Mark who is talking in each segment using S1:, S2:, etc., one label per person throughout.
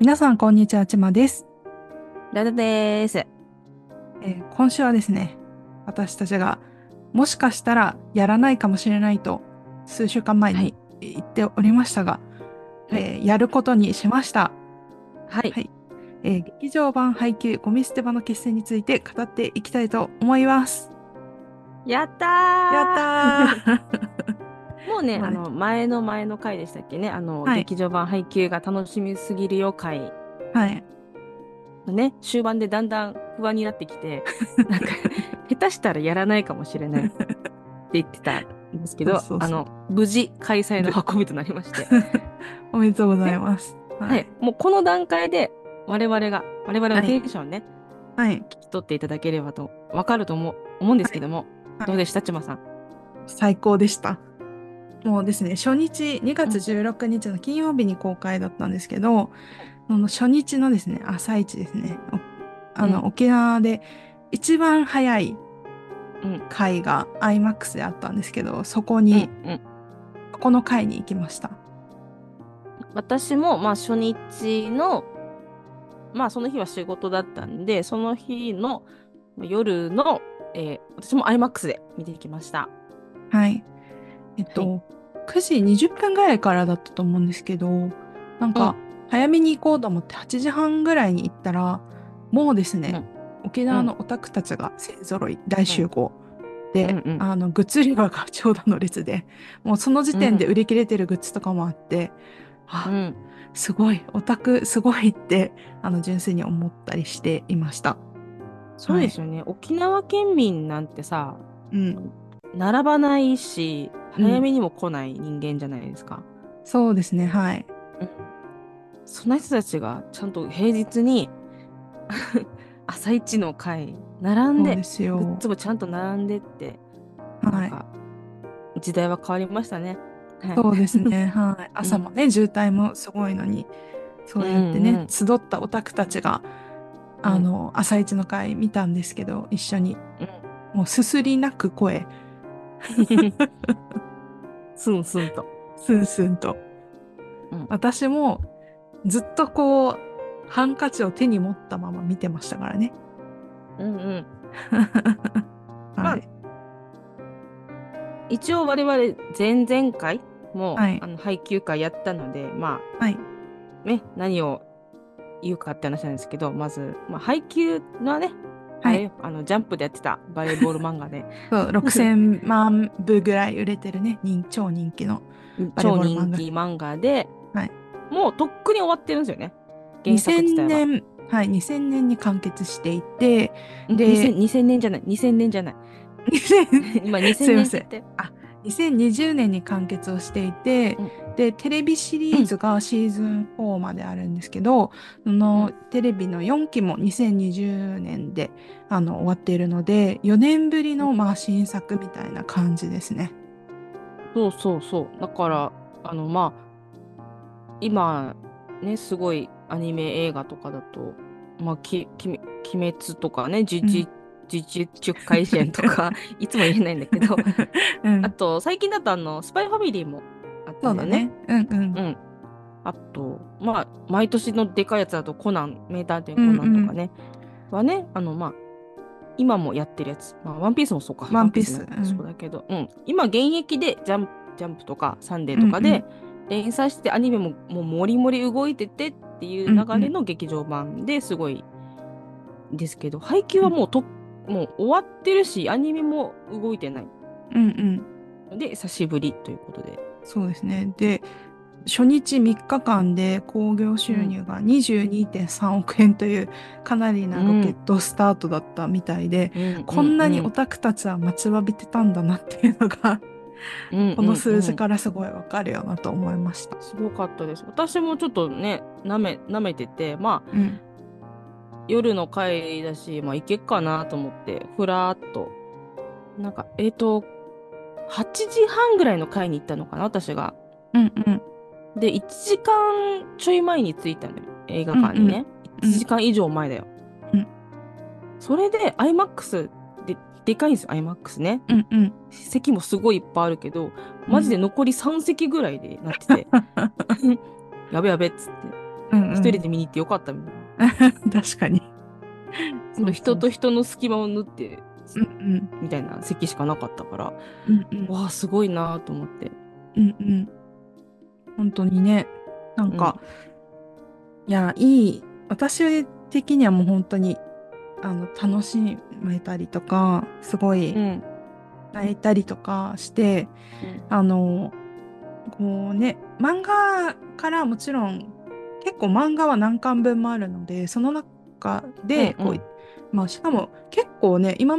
S1: 皆さん、こんにちは。ちまです、
S2: ラダです。
S1: えー今週はですね、私たちが、もしかしたらやらないかもしれないと、数週間前
S2: は
S1: に
S2: い
S1: えー言っておりましたが、
S2: は
S1: え
S2: い
S1: ーやることにしました。
S2: はい。
S1: はいえー劇場版配給ゴミ捨て場の決戦について語っていきたいと思います。
S2: やった
S1: やったー
S2: ー もうね、
S1: まあ
S2: あ
S1: ね
S2: の、前の前の回でしたっけね、あの、
S1: はい
S2: 劇場版配給が楽しみすぎるよ回
S1: はい。
S2: のね、終盤でだんだん不安になって きて、なんか、下手したらやらないかもしれないって言ってたんですけど、
S1: そうそうそう
S2: あの、無事開催の運びとなり まして、
S1: おめでとうございます。は
S2: はい。。もうこの段階で、我々が、我々のテンションね、
S1: はい。
S2: 聞き取っていただければと、わかると思う、思うんですけども、
S1: はい
S2: どうでした、ちまさん。
S1: 最高でした。もうですね、初日、2月16日の金曜日に公開だったんですけど、その初日のですね、朝一ですね、おあの、
S2: うん
S1: 沖縄で一番早い
S2: うん
S1: 回が IMAX であったんですけど、そこ
S2: う
S1: に、
S2: うん。
S1: そこの回に行きました。
S2: 私も、まあ、初日の、まあ、その日は仕事だったんで、その日のまあ夜の、えー私も IMAX で見てきました。
S1: はい。えっと、9時20分ぐらいからだったと思うんですけど、なん
S2: う
S1: か、早めに行こうと思って8時半ぐらいに行ったら、もうですね、沖縄のオタクたちが勢ぞろい、大集合。で、
S2: うんうん
S1: あの、グッズ売り場が長蛇の列で、もうその時点で
S2: う
S1: 売り切れてるグッズとかもあって、
S2: う
S1: あ、
S2: ん。
S1: すごい、オタクすごいって、あの、純粋に思ったりしていました。
S2: そうですよね。沖縄県民なんてさ、
S1: うん。
S2: 並ばないし、
S1: うん
S2: 早めにも来ない人間じゃないですか。
S1: そうですね、はい。
S2: そんな人たちが、ちゃんと平日に、 朝一の会、並
S1: そ
S2: ん
S1: う
S2: で
S1: で、す
S2: グ
S1: よ。
S2: ッズもちゃんと並んでって、
S1: は
S2: なん
S1: い。
S2: か、時代は変わりましたね。はい
S1: そうです ね、はい。朝もね、渋滞もすごいのに、そうやってね、
S2: うんうん
S1: 集ったオタクたちが、あの、朝一の会見たんですけど、一緒に、もうすすり泣く声、
S2: スンスンと。
S1: スンスンと。
S2: うん
S1: 私も、ずっとこう、ハンカチを手に持ったまま見てましたから ね。
S2: うんうん。まあ
S1: はい。
S2: 一応我々前々回も、
S1: はい
S2: あの配給会やったので、ま
S1: はい。
S2: あね、何を言うかって話なんですけど、まず、まあ、配給はね、
S1: はい
S2: あれよあのジャンプでやってたバレーボール漫 画で、
S1: そう、6000万部ぐらい売れてるね、人超人気の。バレーボー
S2: 超
S1: ル漫画
S2: 人気漫画で、
S1: はい
S2: もうとっくに終わってるんですよね。原作自
S1: 2000
S2: 体は。
S1: 年、はい、2000年に完結していて、 で
S2: 2000 2000年じゃない、2000年じゃない。
S1: 2000
S2: 今
S1: すい
S2: 2000
S1: ま
S2: 年
S1: せん
S2: って言って。
S1: 2020年に完結をしていて、
S2: う
S1: でテレビシリーズがシーズン4まであるんですけど、そのテレビの4期も2020年であの終わっているので4年ぶりのまあ新作みたいな感じですね。
S2: そうそうそう。だから、あの、まあ、今、ね、すごいアニメ映画とかだと、まあ、き、きめ、鬼滅とかね、じ
S1: う
S2: じ、じじ、十回戦と か、いつも言えないんだけど、
S1: うん
S2: あと、最近だと、あの、スパイファミリーもあった
S1: そうん
S2: だ
S1: だ
S2: よ
S1: ね
S2: ね。。
S1: うんうん。
S2: うん。あと、まあ、毎年のでかいやつだと、コナン、名探偵コナンとかね、はね、あの、まあ、今もやってるやつ。まあ、ワンピースもそうか。
S1: ワンピース
S2: ワも
S1: うん
S2: そうだけど、うん。今、現役でジャンプ、ジャンプとか、サンデーとかで、連載してアニメも、もう、もりもり動いててっていう流れの劇場版ですごい、ですけど、配給はもうと、もう終わってるし、アニメも動いてない
S1: うんうん。
S2: ので、久しぶりということで。
S1: そうですね。で、初日3日間で興行収入が22.3億円というかなりなロケットスタートだったみたいで、こんなにオタクたちは待ちわびてたんだなっていうのが、この数字
S2: 間
S1: からすごいわかるよなと思いました。
S2: すごかったです。私もちょっとね、なめ、なめてて、まあ、
S1: うん。
S2: 夜の会だし、まあ、行けっかなと思って、ふらーっと。なんか、えっ、と、8時半ぐらいの会に行ったのかな、私が。
S1: うんうん。
S2: で、1時間ちょい前に着いたのよ、映画館にね。
S1: うんうん
S2: 1時間以上前だよ。
S1: うん
S2: それで、IMAX で、でかいんですよ、IMAX ね。
S1: うんうん。
S2: 席もすごいいっぱいあるけど、マジで残り3席ぐらいでなってて、やべやべっつって。
S1: うんうん
S2: 一人で見に行ってよかったみたいな。
S1: 確かに。
S2: ほんと人と人の隙間を縫って
S1: うんうん
S2: みたいな席しかなかったから、
S1: うんうん
S2: わあすごいなと思って。
S1: うんうん本当にねなんか、いやいい私的にはもう本当にあの楽しめたりとかすごい
S2: うん
S1: 泣いたりとかして、あのこうね漫画からもちろん結構漫画は何巻分もあるのでその中で
S2: うん
S1: こ
S2: う
S1: う、
S2: ん
S1: まあ、しかも結構ね今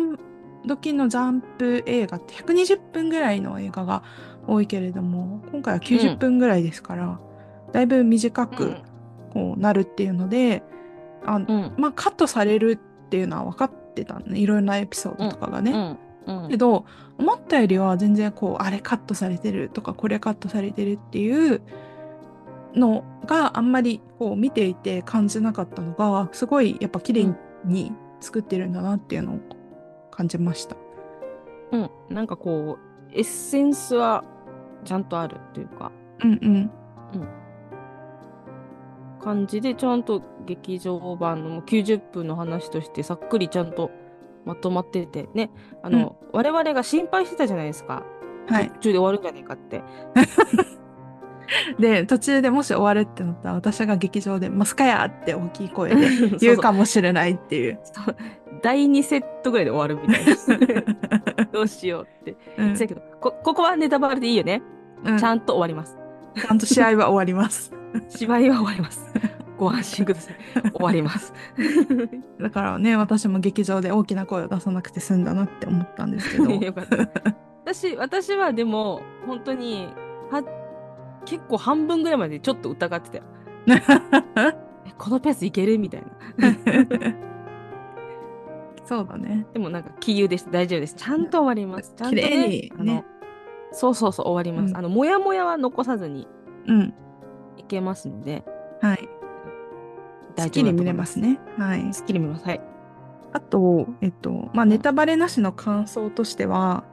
S1: 時のジャンプ映画って120分ぐらいの映画が多いけれども今回は
S2: うん
S1: 90分ぐらいですから、だいぶ短くこうなるっていうので、あ
S2: うん
S1: まあ、カットされるっていうのは分かってたねいろいろなエピソードとかがね。
S2: うんうん
S1: けど思ったよりは全然こうあれカットされてるとかこれカットされてるっていうのがあんまりこう見ていて感じなかったのがすごいやっぱ綺麗に作ってるんだなっていうのを感じました。
S2: うん、なんかこうエッセンスはちゃんとあるっていうか
S1: うんうん
S2: 感じでちゃんと劇場版の90分の話としてさっくりちゃんとまとまっててねあの、我々が心配してたじゃないですか
S1: はい、
S2: 途中で終わるんじゃないか って
S1: で途中でもし終わるってなったら私が劇場で「マスカヤ!」って大きい声で言うかもしれないっていう。
S2: 第2セットぐらいで終わるみたいな どうしようって
S1: うん
S2: だけどこここはネタバレでいいよね、
S1: うん
S2: ちゃんと終わ ります
S1: ちゃんと試合は終わります。
S2: 芝居は終わ りますご安心ください終わります
S1: だからね私も劇場で大きな声を出さなくて済んだなって思ったん ですけど。
S2: よかった。私、私はでも、本当に、は、結構半分ぐらいまでちょっと疑ってたよ。えこのペースいけるみたいな。
S1: そうだね。
S2: でもなんか、杞憂です。大丈夫です。ちゃんと終わります。ちゃんと、ね。
S1: 綺麗に
S2: あの
S1: ね
S2: そうそうそう、終わります。
S1: うん
S2: あの、もやもやは残さずに
S1: うん。
S2: いけますので、
S1: はい。すっきり
S2: 大丈夫だと思い
S1: 見れま。すね。はい。
S2: すっきり見ます。はい。
S1: あと、えっと、まあ、ネタバレなしの感想としては、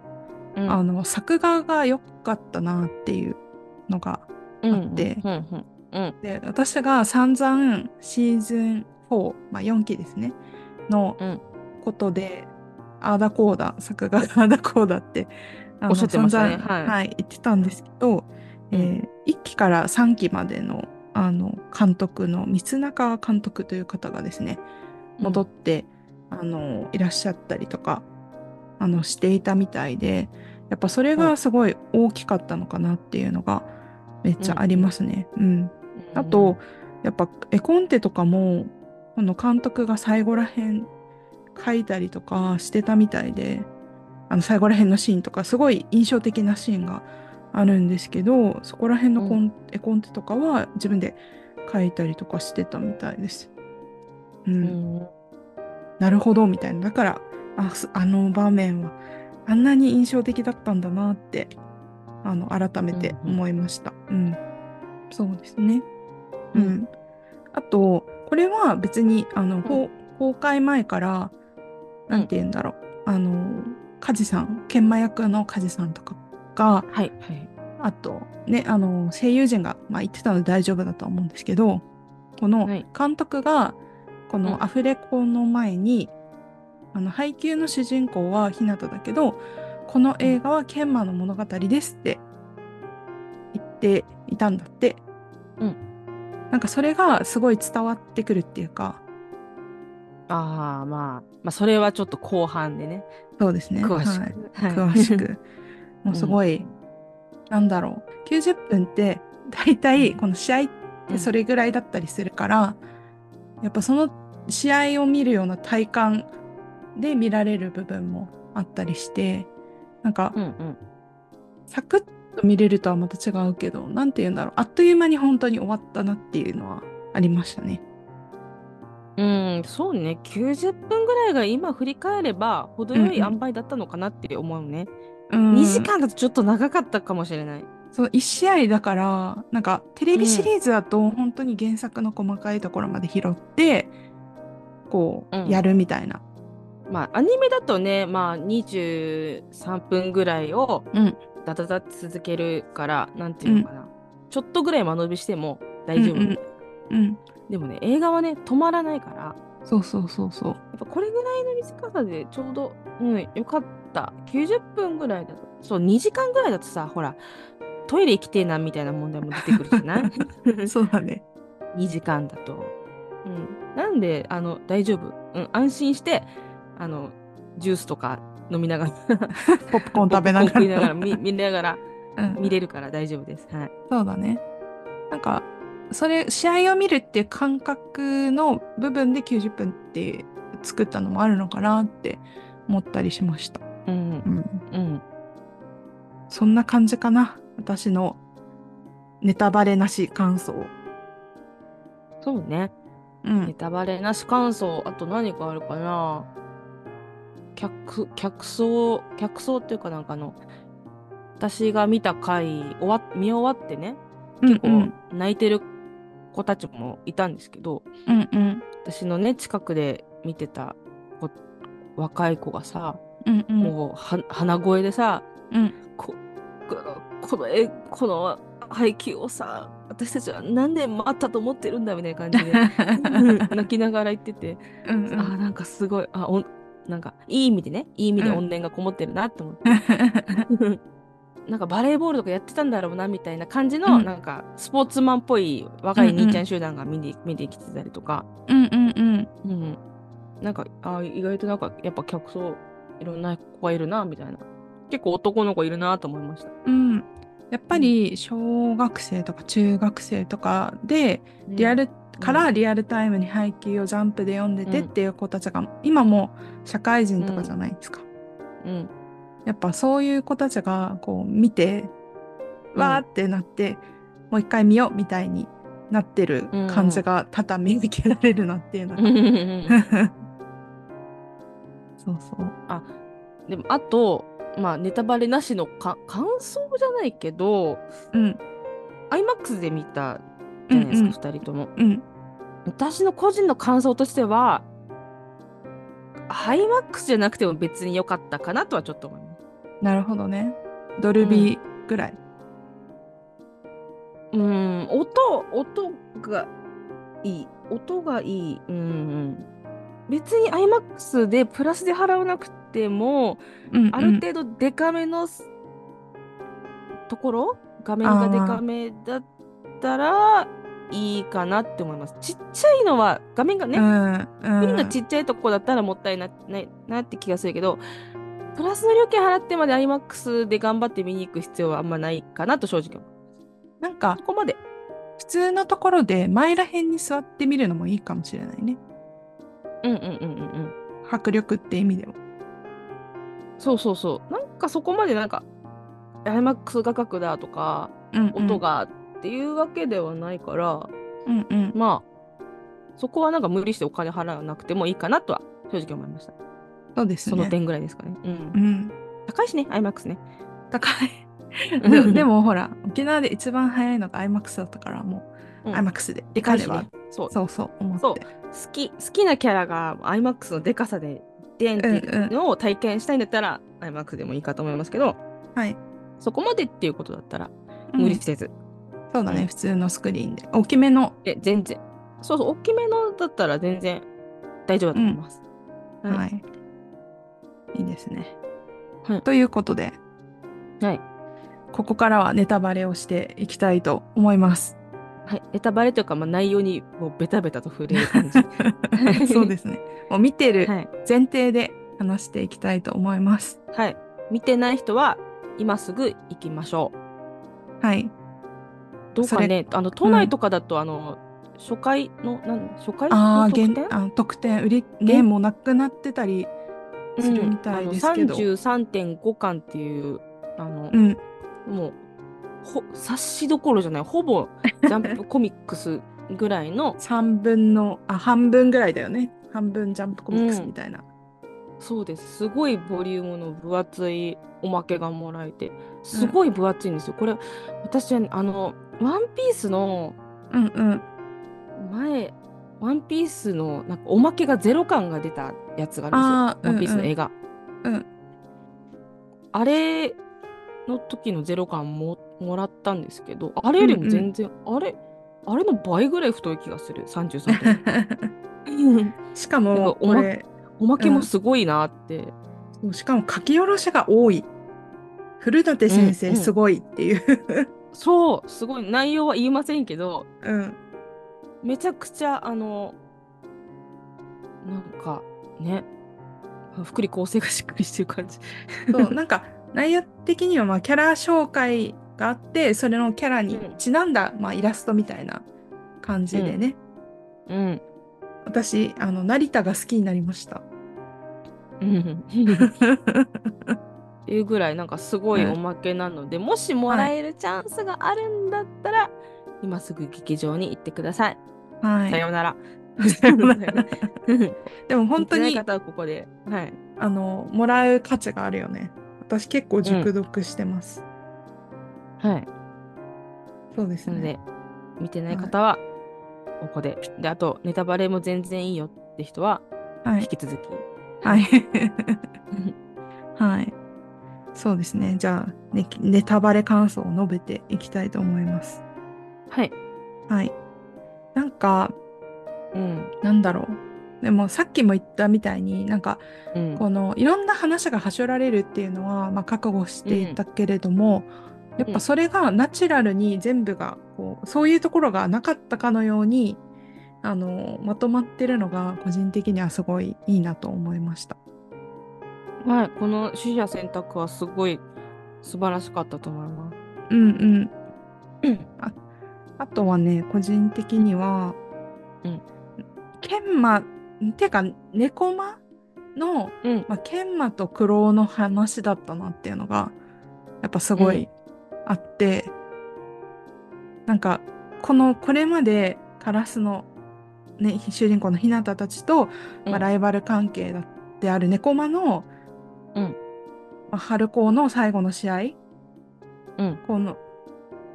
S2: うん
S1: あの、作画が良かったなっていうのが、あって
S2: うんうんうん
S1: で、私が散々シーズン4、まあ、4期ですね、の
S2: うん
S1: ことで、ああだこうだ、作画がああだこうだって、あの
S2: おっしゃってましたね
S1: 散々
S2: はい
S1: はい、言ってたんですけど、えー1期から3期までのあの監督の三中監督という方がですね戻って、あのいらっしゃったりとかあのしていたみたいでやっぱそれがすごい大きかったのかなっていうのがめっちゃありますね。うんあと、やっぱ絵コンテとかもこの監督が最後らへん書いたりとかしてたみたいであの最後らへんのシーンとかすごい印象的なシーンがあるんですけどそこら辺のコン、絵コンテとかは自分で書いたりとかしてたみたいです。う
S2: うんん、うん
S1: なるほどみたいなだからあすあの場面はあんなに印象的だったんだなってあの改めて思いました。うん、そうですね。う
S2: うん
S1: ん、あとこれは別にあの、ほう公開前からなんて言うんだろう、あの梶さん研磨役の梶さんとかが
S2: はい、はい。
S1: あとねあの声優陣が、まあ、言ってたので大丈夫だとは思うんですけどこの
S2: はい
S1: 監督がこ
S2: うん
S1: のアフレコの前に、あの配給の主人公はひなただけどこの映画は研磨の物語ですって言っていたんだって、
S2: うん
S1: なんかそれがすごい伝わってくるっていうか
S2: ああ、まあ、まあ、それはちょっと後半でね、
S1: そうですね
S2: 詳し
S1: はい
S2: く。はい
S1: 詳し く。もうすごい、なんだろう90分って大体この試合ってそれぐらいだったりするから、やっぱその試合を見るような体感で見られる部分もあったりしてなんか
S2: うんうん。
S1: サクッと見れるとはまた違うけどなんて言うんだろうあっという間に本当に終わったなっていうのはありましたね。
S2: うん、そうね、90分ぐらいが今振り返れば、程よい
S1: うん
S2: 塩
S1: うん
S2: 梅だったのかなって思うね。
S1: うん
S2: 2時間だとちょっと長かったかもしれない。
S1: その1試合だからなんかテレビシリーズだと本当に原作の細かいところまで拾って、こ
S2: うん
S1: うやるみたいな。
S2: まあ、アニメだとね、まあ、23分ぐらいを
S1: うん
S2: ダダダって続けるから、なんていうのかな、ちょっとぐらい間延びしても大丈夫、
S1: うんうんうん、
S2: でもね映画はね止まらないからや
S1: そうそうそうそう。
S2: っぱこれぐらいの短さでちょうど、うん、よかった90分ぐらいだとそう2時間ぐらいだとさほらトイレ行きてえなみたいな問題も出てくるじゃ ない
S1: そうだね。
S2: 2時間だと。うん、なんであの大丈夫、うん、安心してあのジュースとか飲みながら
S1: ポップコ ーン食 べなが
S2: ポップコーン食いなが
S1: ら。
S2: ら見見ながら
S1: うん
S2: 見れるから大丈夫です。はい、
S1: そうだね。なんか、それ、試合を見るっていう感覚の部分で90分って作ったのもあるのかなって思ったりしました。
S2: うん
S1: うん。
S2: うん、
S1: そんな感じかな。私のネタバレなし感想。
S2: そうね
S1: う
S2: ネ
S1: ん。
S2: タバレなし感想あと何かあるかな客客層客層っていうかなんかあの私が見た回終わ見終わってね
S1: 結
S2: こ
S1: うん
S2: う泣いてる子たちもいたんですけど、
S1: うんうん。
S2: 私のね近くで見てた子若い子がさ、
S1: うんうん。
S2: もうは鼻声でさ、
S1: うん
S2: こここの絵この配給をさ私たちは何年待ったと思ってるんだみたいな感 じでうん泣きながら言ってて、
S1: うんう
S2: あー
S1: ん。
S2: なんかすごいあおんなんかいい意味でねいい意味で
S1: うん
S2: 怨念がこもってるなって思って、なんかバレーボールとかやってたんだろうなみたいな感じの、
S1: うん
S2: なんかスポーツマンっぽい若い兄
S1: うん
S2: ち
S1: う
S2: ゃん
S1: ん
S2: 集団が見に、見てきてたりとか、
S1: うんうんうん。
S2: うん、なんかあ意外となんかやっぱ客層いろんな子がいるなみたいな結構男の子いるなと思いました。
S1: うん。やっぱり小学生とか中学生とかでリアルからリアルタイムに配給をジャンプで読んでてっていう子たちが今も社会人とかじゃないですか。
S2: うん、
S1: やっぱそういう子たちがこう見て
S2: うん
S1: わーってなってもう一回見ようみたいになってる感じが多々見受けられるなっていうの
S2: う
S1: が。
S2: んうんうんうん
S1: そうそう。
S2: でもあと、まあ、ネタバレなしのか感想じゃないけど
S1: うん。
S2: IMAX で見たじゃないです
S1: うんう
S2: か、
S1: ん
S2: 二2人とも。
S1: うん。
S2: 私の個人の感想としては IMAX じゃなくても別に良かったかなとはちょっと思います。
S1: なるほどね。ドルビーぐらい。
S2: うん音音がいい音がいいうんうん別に iMAX でプラスで払わなくても、
S1: うん、うん。
S2: ある程度デカめのすところ画面がデカめだったらいいかなって思いますちっちゃいのは画面がね、
S1: うん。う
S2: みん
S1: ん。
S2: なちっちゃいとこだったらもったいなないなって気がするけどプラスの料金払ってまで iMAX で頑張って見に行く必要はあんまないかなと正直思う
S1: なんか
S2: ここまで
S1: 普通のところで前ら辺に座ってみるのもいいかもしれないね。
S2: うんうんうんうんうん
S1: 迫力って意味でも。
S2: そうそうそうなんかそこまでなんか IMAX 画角だとか
S1: うんうん
S2: 音。がっていうわけではないから、
S1: うんうん。
S2: まあそこはなんか無理してお金払わなくてもいいかなとは正直思いました
S1: そうですね。
S2: その点ぐらいですかねうん
S1: うん。
S2: 高いしね IMAX ね
S1: 高い。で もでもほら、沖縄で一番早いのが IMAX だったから、もう、
S2: うん
S1: IMAX で。
S2: で
S1: で
S2: か
S1: か
S2: い
S1: れ
S2: し
S1: ば、
S2: ねそう
S1: そうそう、思
S2: そう
S1: って。
S2: 好き好きなキャラが IMAX のでかさででんっていうのを体験したいんだったら、IMAX でもいいかと思いますけど
S1: はい。
S2: そこまでっていうことだったら
S1: うん
S2: 無理せず、
S1: そうだ
S2: う
S1: ね、
S2: ん
S1: 普通のスクリーンで。大きめの、
S2: え全然そうそう大きめのだったら全然大丈夫だと思います、はい
S1: はい。いいですね
S2: はい。
S1: ということで、
S2: はい。
S1: ここからはネタバレをしていきたいと思い ます。
S2: はい、ネタバレというか、まあ、内容にもうベタベタと触れる感じ。い
S1: そうですね。もう見て る
S2: はい、
S1: 前提で話していきたいと思います。
S2: はい、見てない人は今すぐ行きましょう。
S1: はい。
S2: どうか
S1: そ
S2: ね、あの都内とかだと、あの初回のなん初回
S1: ああ、
S2: の特
S1: 限
S2: 典
S1: あ特典売り、
S2: げ
S1: ね、
S2: ん
S1: もうなくなってたりするみたいですけど。
S2: うん、あの33.5巻っていうあの
S1: う、ん、
S2: もうほ冊子どころじゃないほぼジャンプコミックスぐらいの
S1: 3分のあ半分ぐらいだよね半分ジャンプコミックスみたいな、
S2: そうですすごいボリュームの分厚いおまけがもらえてすごい分厚いんですよ。これ私はあの「ワンピースの
S1: うん、うん
S2: 前「ワンピースのなんかおまけがゼロ感が出たやつがあ
S1: あ
S2: るんで
S1: ー
S2: すよ「ワン
S1: うん
S2: ピースの
S1: うん
S2: 映画。
S1: うん
S2: あれの時のゼロ感ももらったんですけどあれよりも全然、あれあれの倍ぐらい太い気がする33点
S1: しかも
S2: お
S1: こ
S2: ま
S1: れ、
S2: おまけもすごいなって、
S1: そうしかも書き下ろしが多い古舘先
S2: うんう
S1: 生
S2: ん
S1: すごいっていう、
S2: そうすごい内容は言いませんけど
S1: うん
S2: めちゃくちゃあのなんかね福利厚生がしっかりしてる感じ
S1: そうなんか内容的にはまあキャラ紹介があってそれのキャラにちなんだ、まあ、イラストみたいな感じでね、
S2: うん
S1: 私あの成田が好きになりました。
S2: うんっていうぐらいなんかすごい
S1: はい
S2: おまけなので、もしもらえるチャンスがあるんだったら、今すぐ劇場に行ってください。
S1: は
S2: さようなら。
S1: い、さようならでも本当
S2: 行って
S1: に
S2: ない方はここで、はい、
S1: あのもらう価値があるよね。私結構熟読してます。
S2: はい、
S1: そうです
S2: なの
S1: ね。
S2: で見てない方はここで、であとネタバレも全然いいよって人は
S1: は
S2: 引
S1: い
S2: き続き、
S1: はい。はい。そうですね。じゃあ、ね、ネタバレ感想を述べていきたいと思います。
S2: はい、
S1: はい。なんか、
S2: うん、
S1: なんだろう。でもさっきも言ったみたいになんか
S2: うん、
S1: このいろんな話がはしょられるっていうのは、まあ、覚悟していたけれども、やっぱそれがナチュラルに全部がこうそういうところがなかったかのようにあのまとまってるのが個人的にはすごいいいなと思いました。
S2: はい、この取捨選択はすごい素晴らしかったと思います。
S1: うんうん、
S2: うん
S1: あとはね個人的には、
S2: うん、
S1: 研磨てか猫間の、
S2: うん
S1: まあ、研磨と苦労の話だったなっていうのがやっぱすご
S2: うん
S1: いあって、なんかこのこれまでカラスの、ね、主人公のひなたたちと、ま
S2: う
S1: あ、
S2: ん
S1: ライバル関係だである猫間の、
S2: うん
S1: まあ、春高の最後の試合、
S2: うん
S1: この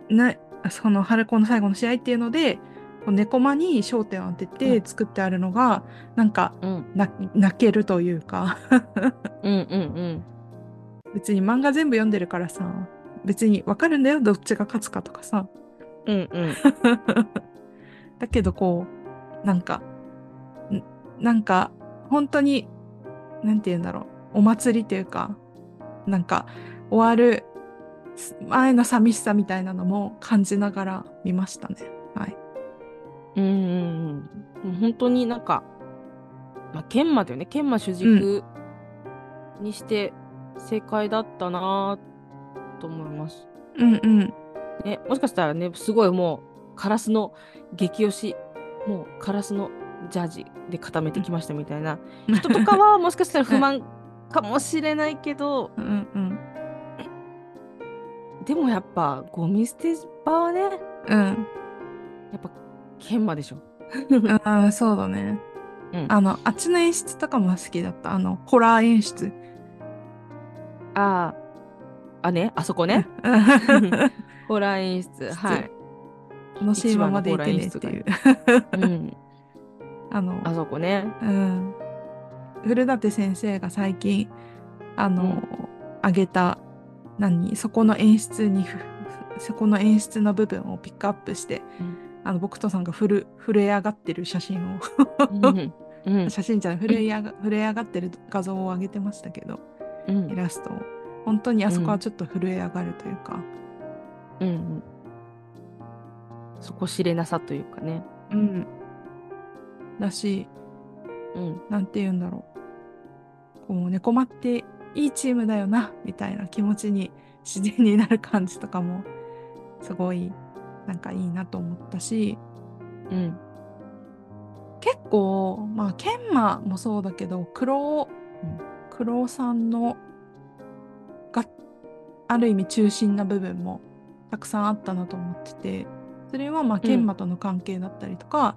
S1: なその春高の最後の試合っていうのでこう猫間に焦点を当てて作ってあるのが、なんか
S2: うん
S1: な泣けるというか
S2: うんうん
S1: 別に漫画全部読んでるからさ別にわかるんだよどっちが勝つかとかさ
S2: うんうんうん
S1: だけどこうなんかんなんか本当になんて言うんだろうお祭りというかなんか終わる前の寂しさみたいなのも感じながら見ましたね。はい、
S2: うんうんうん。もう本当になんか、まあ、研磨だよね。研磨主軸にして正解だったなぁと思います。
S1: うん うん
S2: ね、もしかしたらね、すごいもう、カラスの激推し、もうカラスのジャージで固めてきましたみた いな人とかは、もしかしたら不満かもしれないけど、
S1: うんうん
S2: でもやっぱ、ゴミ捨て場はね、や
S1: うん
S2: っぱ、研磨でしょ。
S1: うんそうだね。
S2: うん
S1: あのあっちの演出とかも好きだったあのホラー演出。
S2: ああ、あね、あそこね。
S1: うん
S2: ホラー演出。 はい。
S1: 楽しいままでいてねっていう。
S2: うん。
S1: あの
S2: あそこね。
S1: うん、古舘先生が最近あの、
S2: うん
S1: あげた何そこの演出にふそこの演出の部分をピックアップして、
S2: うん
S1: あの僕とさんがふる震え上がってる写真を
S2: うん。 うん
S1: 写真じゃない震え上が震え上がってる画像を上げてましたけど
S2: う
S1: イ
S2: ん。
S1: ラストを本当にあそこはちょっと震え上がるというか、
S2: うん。そこ知れなさというかね。
S1: うん、だし
S2: うん。
S1: なんて言うんだろう。こう、猫まっていいチームだよな、みたいな気持ちに自然になる感じとかも、すごい、なんかいいなと思ったし、
S2: うん。
S1: 結構、まあ、研磨もそうだけど、黒尾
S2: うん、
S1: 黒尾さんの、が、ある意味中心な部分も、たくさんあったなと思ってて、それは、まあ、研磨との関係だったりとか、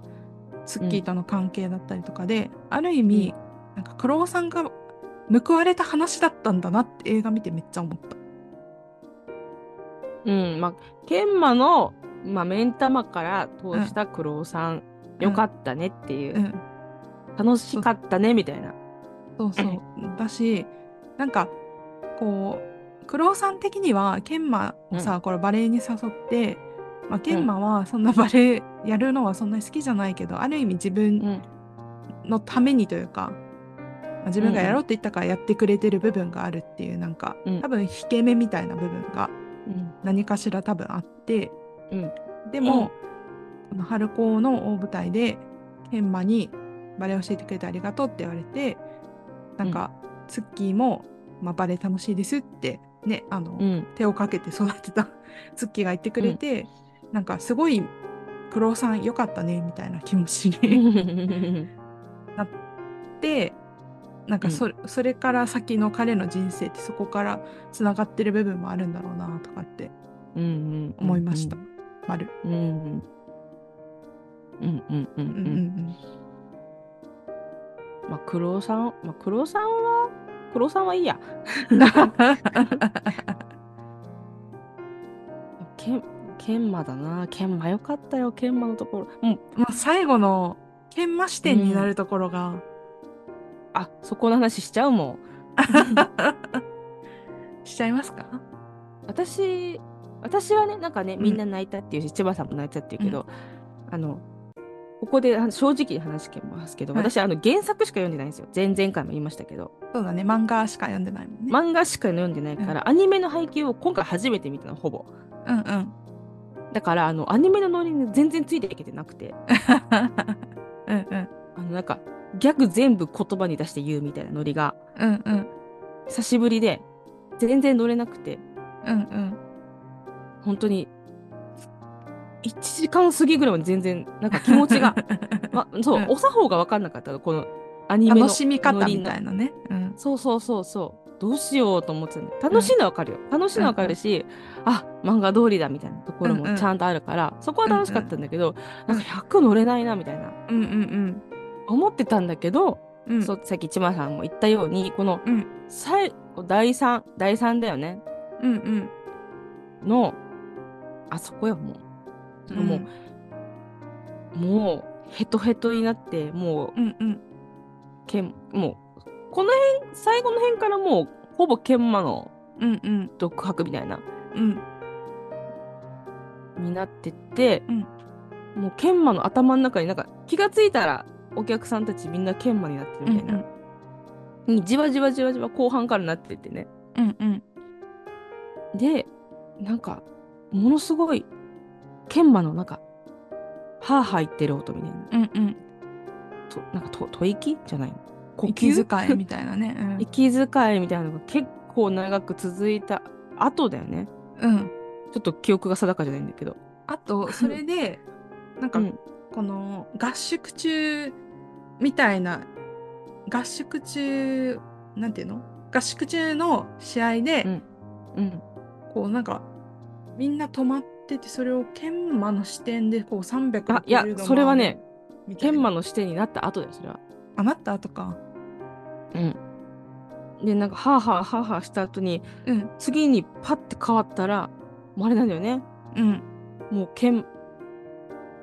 S1: ツッキーとの関係だったりとかで、ある意味、なんか黒尾さんが報われた話だったんだなって映画見てめっちゃ思った。
S2: うん。まあ、研磨の、まあ、目ん玉から通した苦労さん、よかったねっていうう、
S1: ん、
S2: 楽しかったねみたいな。
S1: そうそう。だし、なんか、こう、黒尾さん的には、研磨をさ、これバレエに誘って、まあ、研磨はそんな バレエやるのはそんなに好きじゃないけど、ある意味自分
S2: うん
S1: のためにというか、まあ自分がやろうって言ったからやってくれてる部分があるっていうなんか、
S2: うん
S1: 多分引け目みたいな部分が
S2: うん
S1: 何かしら多分あって、
S2: うん
S1: でも、この春高の大舞台で研磨にバレエ教えてくれてありがとうって言われてなんか、ツッキーも、まあ、バレエ楽しいですってねあの、
S2: うん
S1: 手をかけて育てた ツッキーが言ってくれて、なんかすごい苦労さん良かったねみたいな気持ち
S2: う
S1: に
S2: ん
S1: でなんかそ,、それから先の彼の人生ってそこからつながってる部分もあるんだろうなとかって
S2: うん
S1: 思いました。。まる
S2: うんうんうんうんうんう
S1: うんうん
S2: んうん。まあ黒尾さんまあ黒尾さんは黒尾さんはいいや。
S1: うん
S2: けん研磨だな研磨よかったよ研磨のところ。もう
S1: まあ最後の研磨視点になるところが、
S2: あそこの話しちゃうもん。
S1: しちゃいますか
S2: 私私はねなんかねみんな泣いたっていうし、千葉さんも泣いたっていうけど、あのここであの正直に話してますけど、
S1: はい
S2: 私あの原作しか読んでないんですよ前々回も言いましたけど
S1: そうだね漫画しか読んでないもんね。
S2: 漫画しか読んでないから、アニメの配給を今回初めて見たのほぼ
S1: うんうん。
S2: だからあのアニメのノリに全然ついていけてなくて
S1: うんうん
S2: あのなんかギャグ全部言葉に出して言うみたいなノリが
S1: うんうん
S2: 久しぶりで全然乗れなくて
S1: うんうん。
S2: 本当に1時間過ぎぐらいまで全然なんか気持ち がま、そう、
S1: うん
S2: お作法が分かんなかったのこのアニメの
S1: 楽しみ方みたいな
S2: な
S1: ね。うん
S2: そうそうそうそうどうしようと思ってたんだ楽しいのは分かるよ、楽しいのは分かるし、あ漫画通りだみたいなところ
S1: うんう
S2: も
S1: ん
S2: ちゃんとあるから、そこは楽しかったんだけど、
S1: うん
S2: なんか100乗れないなみたいな
S1: うんうん
S2: 思ってたんだけど、
S1: うん。
S2: そうさっき千葉さんも言ったようにこの
S1: うん
S2: 最後第3第3だよね
S1: うんうん。
S2: のあそこよもう、もうもうヘトヘトになってもう
S1: うんうん
S2: けんもうこの辺最後の辺からもうほぼ研磨の
S1: うんうん
S2: 独白みたいな
S1: うん
S2: になってって、
S1: うん
S2: もう研磨の頭の中になんか気がついたらお客さんたちみんな研磨になってるみたいな、にじわじわじわじわ後半からなってってね
S1: うんうん
S2: でなんかものすごい研磨のなんか歯入ってる音みたいな
S1: うんうん。
S2: となんかと吐息じゃないの呼吸
S1: 息遣いみたいなね。うん
S2: 息遣いみたいなのが結構長く続いた後だよね
S1: うん。
S2: ちょっと記憶が定かじゃないんだけど
S1: あとそれでなんか
S2: うん
S1: この合宿中みたいな合宿中なんていうの合宿中の試合で、
S2: うんうん
S1: こうなんかみんな止まっててそれを研磨の視点でこう360度
S2: あいや
S1: 回る
S2: それはね
S1: みたいな
S2: 研磨の視点になった後だよそれは
S1: あなったとか
S2: うんでなんかハーハーハーハーした後に
S1: うん
S2: 次にパッて変わったらもうあれなんだよね
S1: うん
S2: もう研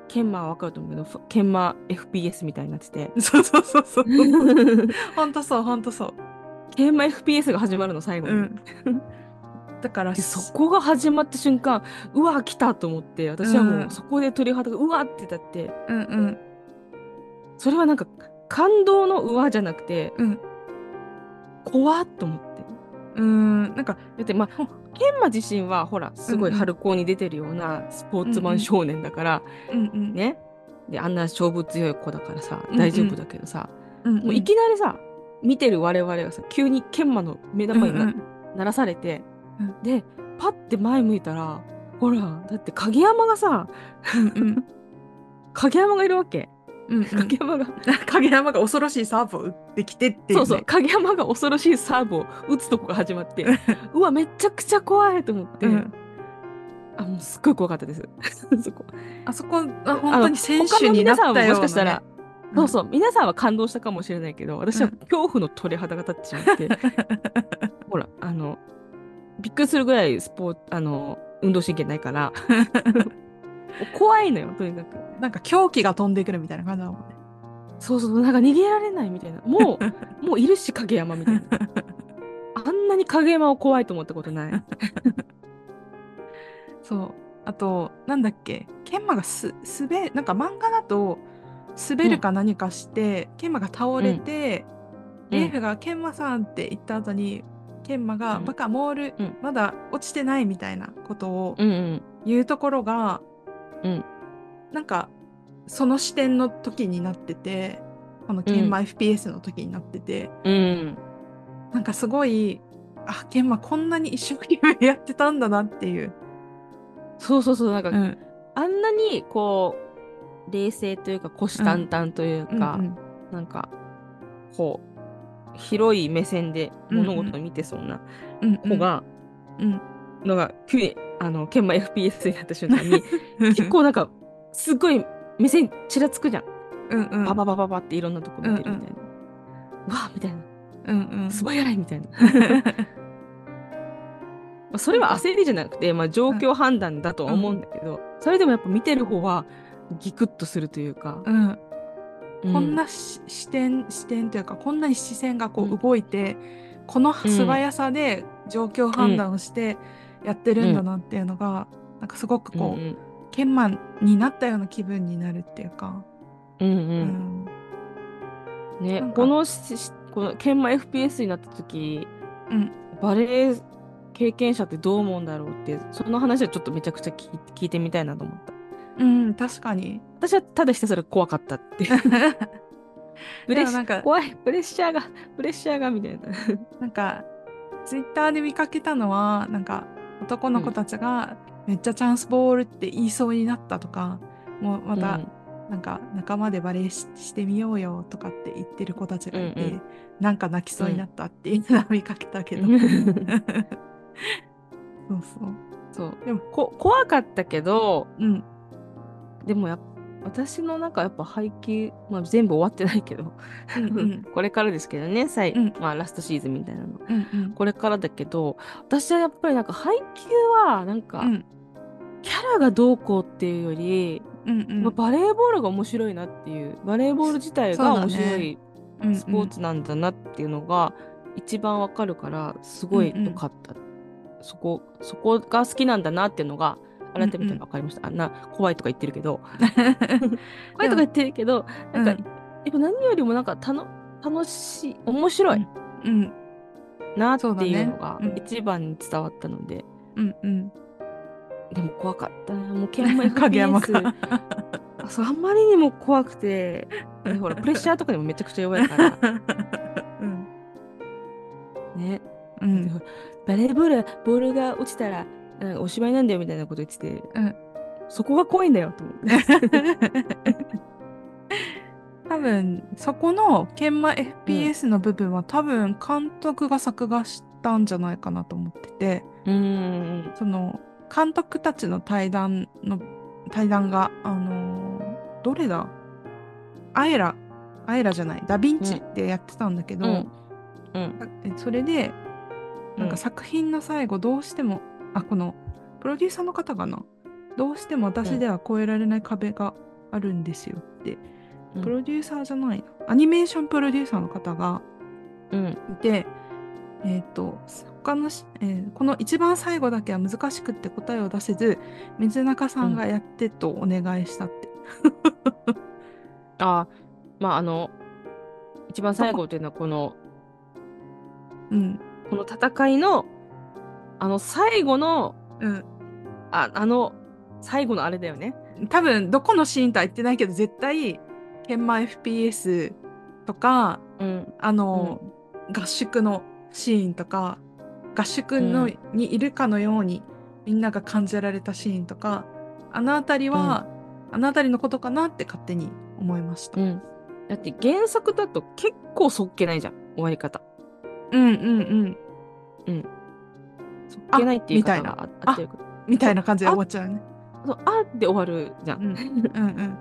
S2: 研磨はわかると思うけどふ研磨 FPS みたいになって て
S1: そうそうそうそうほんとそうほんとそう
S2: 研磨 FPS が始まるの最後に、
S1: うん だから
S2: でそこが始まった瞬間うわ来たと思って私はもうんうそこで鳥肌がうわってだって
S1: うんうん
S2: それはなんか感動のうわじゃなくて、
S1: うん
S2: 怖っと思って
S1: うーんなんか
S2: だってまあ
S1: ほ
S2: 研磨自身はほらすごい
S1: うんうん
S2: 春高に出てるようなスポーツマン少年だから、
S1: うんうん
S2: ねであんな勝負強い子だからさ
S1: うんうん
S2: 大丈夫だけどさ、
S1: うん
S2: もういきなりさ見てる我々がさ急に研磨の目
S1: うん
S2: 玉
S1: う
S2: にな,、
S1: ん
S2: らされて、
S1: うん
S2: でパッて前向いたらほらだって影山がさ
S1: うん
S2: 影山がいるわけ
S1: うんう ん
S2: 影山が、
S1: 影山が恐ろしいサーブを打ってきてってい
S2: そ
S1: ね
S2: ううそう影山が恐ろしいサーブを打つとこが始まって うわめちゃくちゃ怖いと思って、
S1: うん
S2: あもうすっごい怖かったです そこ
S1: あそこは本当に選手になったような、
S2: 他の皆さんは
S1: ね、
S2: もしかしたら、
S1: うん
S2: そうそう皆さんは感動したかもしれないけど私は
S1: うん
S2: 恐怖の鳥肌が立ってし まって、ほらあのびっくりするぐらいスポーツあの運動神経ないから 怖いのよとにかく
S1: なんか狂気が飛んでくるみたいな感じだもんね
S2: そうそうなんか逃げられないみたいなも うもういるし影山みたいなあんなに影山を怖いと思ったことない
S1: そうあと、なんだっけ、研磨がす、滑、なんか漫画だと、滑るか何かして、研磨が倒れて、
S2: うん
S1: レイフが研磨さんって言った後に、研磨が、
S2: うん
S1: バカ、モール、
S2: うん
S1: まだ落ちてないみたいなことを
S2: うんうん
S1: 言うところが、
S2: うん
S1: なんか、その視点の時になってて、この研磨 FPS の時になってて、
S2: うん
S1: なんかすごい、あ、研磨こんなに一生懸命やってたんだなっていう。
S2: そうそうそうなんか、
S1: ん。
S2: あんなにこう冷静というか虎視眈々というか、
S1: うんうん
S2: なんかこう広い目線で物事を見てそうな
S1: うんうん
S2: 子が、
S1: うん
S2: のが急にあの研磨 FPS になった瞬間に 結構なんかすごい目線ちらつくじゃん、
S1: うんうん
S2: バババババっていろんなとこ見てるみたいな、うわあみたいな
S1: うんうん
S2: 素早いみ たいなまあそれは焦りじゃなくて、まあ、状況判断だとは思うんだけど、それでもやっぱ見てる方はギクッとするというか、
S1: うん
S2: う
S1: こんなし視点視点というかこんなに視線がこ
S2: う
S1: うん動いて、この素早さで状況判断をしてやってるんだなっていうのが、なんかすごくこう、
S2: うん
S1: 研磨になったような気分になるっていうか、
S2: うんうん
S1: う
S2: うん
S1: ん
S2: ね
S1: なんか
S2: このししこの研磨 FPS になった時、
S1: うん
S2: バレエ経験者ってどう思うんだろうってその話はちょっとめちゃくちゃ聞い聞いてみたいなと思った
S1: うん、確かに
S2: 私はただひたすら怖かったっていう プレッシ
S1: な
S2: ャ
S1: んか
S2: ー怖いプレッシャーがプレッシャーがみたいな
S1: なんかツイッターで見かけたのはなんか男の子たちが、めっちゃチャンスボールって言いそうになったとかもうまた、なんか仲間でバレーししてみようよとかって言ってる子たちがいて、
S2: うんうん
S1: なんか泣きそうになったっていうのは見かけたけど、
S2: うん
S1: そうそう
S2: そうでもこ怖かったけど
S1: うん
S2: でもやっ私の中やっぱ配給、まあ、全部終わってないけど、
S1: うんうん
S2: これからですけどね最、
S1: うん
S2: まあ、ラストシーズンみたいなの
S1: うんうん
S2: これからだけど私はやっぱりなんか配給はなんか、
S1: うん
S2: キャラがどうこうっていうより、
S1: うん
S2: まあバレーボールが面白いなっていうバレーボール自体
S1: そう
S2: が
S1: だ
S2: 面
S1: ね
S2: 白い
S1: うん
S2: スポーツなんだなっていうのが一番わかるからすごい良かった、そこそこが好きなんだなっていうのが改めて分かりました、あんな 怖いとか言ってるけど怖いとか言ってるけどなんか、
S1: うん
S2: やっぱ何よりもなんかたの楽しい面白い
S1: うん
S2: なって
S1: そうだね
S2: いうのが
S1: うん
S2: 一番に伝わったので、
S1: うんうん
S2: でも怖かったなもう剣舞
S1: 影山
S2: FPS あ そうあんまりにも怖くてでほらプレッシャーとかでもめちゃくちゃ弱い から
S1: うん
S2: ね
S1: うん
S2: バレーボールはボールが落ちたらなんかおしまいなんだよみたいなこと言ってて、
S1: うん
S2: そこが怖いんだよと思って。
S1: 多分そこの研磨 FPS の部分は、多分監督が作画したんじゃないかなと思ってて、
S2: うん
S1: その監督たちの対談の対談があのーどれだアエラアエラじゃないダ・ヴィンチってやってたんだけど、
S2: うんうん
S1: あえそれでなんか作品の最後どうしても、あこのプロデューサーの方かなどうしても私では越えられない壁があるんですよって、
S2: うん
S1: プロデューサーじゃないなアニメーションプロデューサーの方が
S2: うん
S1: で、えー、と他のし、えーこの一番最後だけは難しくって答えを出せず水中さんがやってとお願いしたって、
S2: あまああの一番最後っていうのはこの
S1: うん
S2: この戦いのあの最後の
S1: うん
S2: ああの最後のあれだよね。
S1: 多分どこのシーンとは言ってないけど絶対研磨 FPS とか
S2: うん
S1: あの、合宿のシーンとか合宿の、
S2: うん
S1: にいるかのようにみんなが感じられたシーンとかあの辺りは、あの辺りのことかなって勝手に思いました。
S2: うん、だって原作だと結構そっけないじゃん終わり方。
S1: うんうんうん。
S2: うん。
S1: そ
S2: いけないっていう
S1: みた
S2: 方
S1: いな。
S2: がああってるから
S1: みたいな感じで終わっちゃうね。
S2: そうあって終わるじゃ
S1: うん
S2: ん。
S1: うん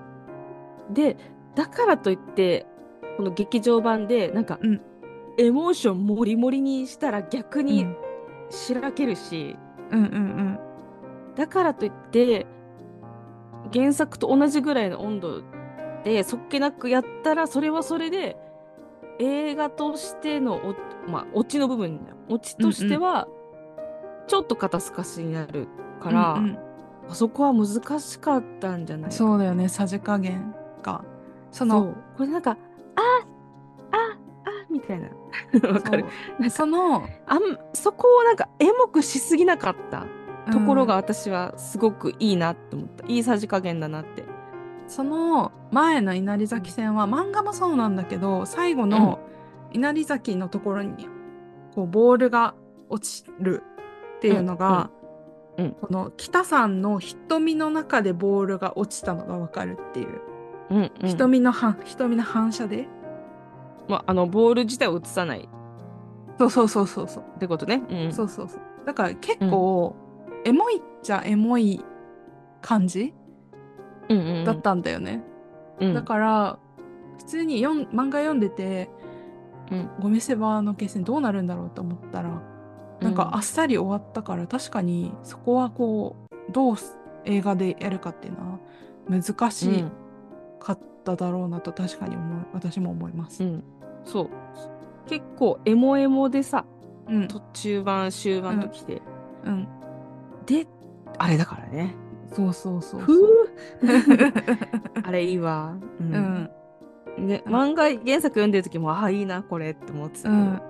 S2: でだからといってこの劇場版でなんか、
S1: うん
S2: エモーションもりもりにしたら逆
S1: うん。
S2: にしらけるし、
S1: うんうん
S2: だからといって原作と同じぐらいの温度でそっけなくやったらそれはそれで映画としてのおまあオチの部分オチとしてはちょっと肩透かしになる
S1: う
S2: か
S1: ん。
S2: ら、
S1: うんうん
S2: あそこは難しかったんじゃない
S1: そうだよねさじ加減がそ
S2: そ
S1: の
S2: うこれなんかあああみたいな わかる
S1: そうその
S2: あんそこをなんかエモくしすぎなかったところが私はすごくいいなって思った、いいさじ加減だなって
S1: その前の稲荷崎戦は漫画もそうなんだけど最後の稲荷崎のところにこうボールが落ちるっていうのが、
S2: うんうんうん
S1: この北さんの瞳の中でボールが落ちたのがわかるっていう、
S2: うん、うん、
S1: 瞳のは瞳の反射で
S2: まあ、あのボール自体を映さない
S1: そうそうそうそうそう
S2: ってことね、うん、
S1: そうそうそうだから結構、エモいっちゃエモい感じ
S2: うんうんうん
S1: だったんだよね、
S2: うん
S1: だから普通に読ん漫画読んでて、
S2: うん
S1: ゴミ捨て場の決戦どうなるんだろうと思ったら、なんかあっさり終わったから確かにそこはこうどう映画でやるかっていうのは難
S2: う
S1: し
S2: ん
S1: かっただろうなと確かに思う私も思います。
S2: うんそう結構エモエモでさ
S1: うん
S2: 途中盤終盤ときて、
S1: うん、
S2: であれだからね
S1: そうそうそう
S2: ふ
S1: そう
S2: う あれいいわ、う
S1: うんん
S2: ね、
S1: うん
S2: 漫画原作読んでる時もああいいなこれって思ってた
S1: う
S2: けど、
S1: ん、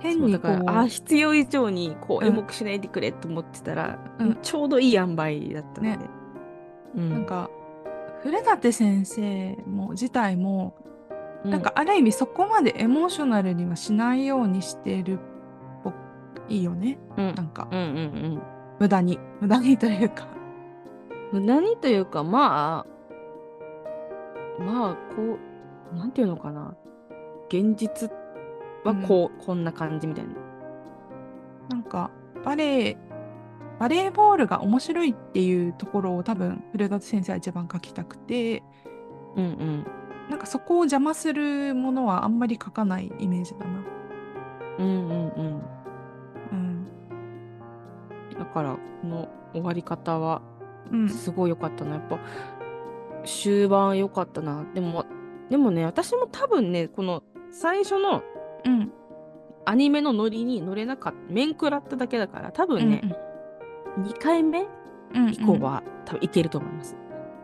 S1: 変
S2: そう
S1: に
S2: だ
S1: こ
S2: から
S1: う
S2: あー必要以上にこう
S1: うん
S2: エモくしないでくれと思ってたら、
S1: うん
S2: ちょうどいい塩梅だったので、
S1: ね
S2: うん
S1: なんか古舘先生も自体も
S2: う
S1: なんかある意味そこまでエモーショナルにはしないようにしてるっぽいいよね。
S2: うん
S1: なんか
S2: うんうんうん
S1: 無駄に無駄にというか。
S2: 無駄にというかまあまあこうなんていうのかな現実はこう、こんな感じみたいな
S1: なんかバレーバレーボールが面白いっていうところを多分古舘先生は一番書きたくて
S2: うんうん
S1: なんかそこを邪魔するものはあんまり書かないイメージだな。
S2: うんうんうん
S1: うん
S2: だからこの終わり方は
S1: うん
S2: すごい良かったな、やっぱ終盤良かったなでもでもね私も多分ねこの最初の
S1: うん
S2: アニメのノリに乗れなかった面食らっただけだから多
S1: う
S2: 分
S1: ん
S2: ね、2回目
S1: うん
S2: 以降は、多分いけると思います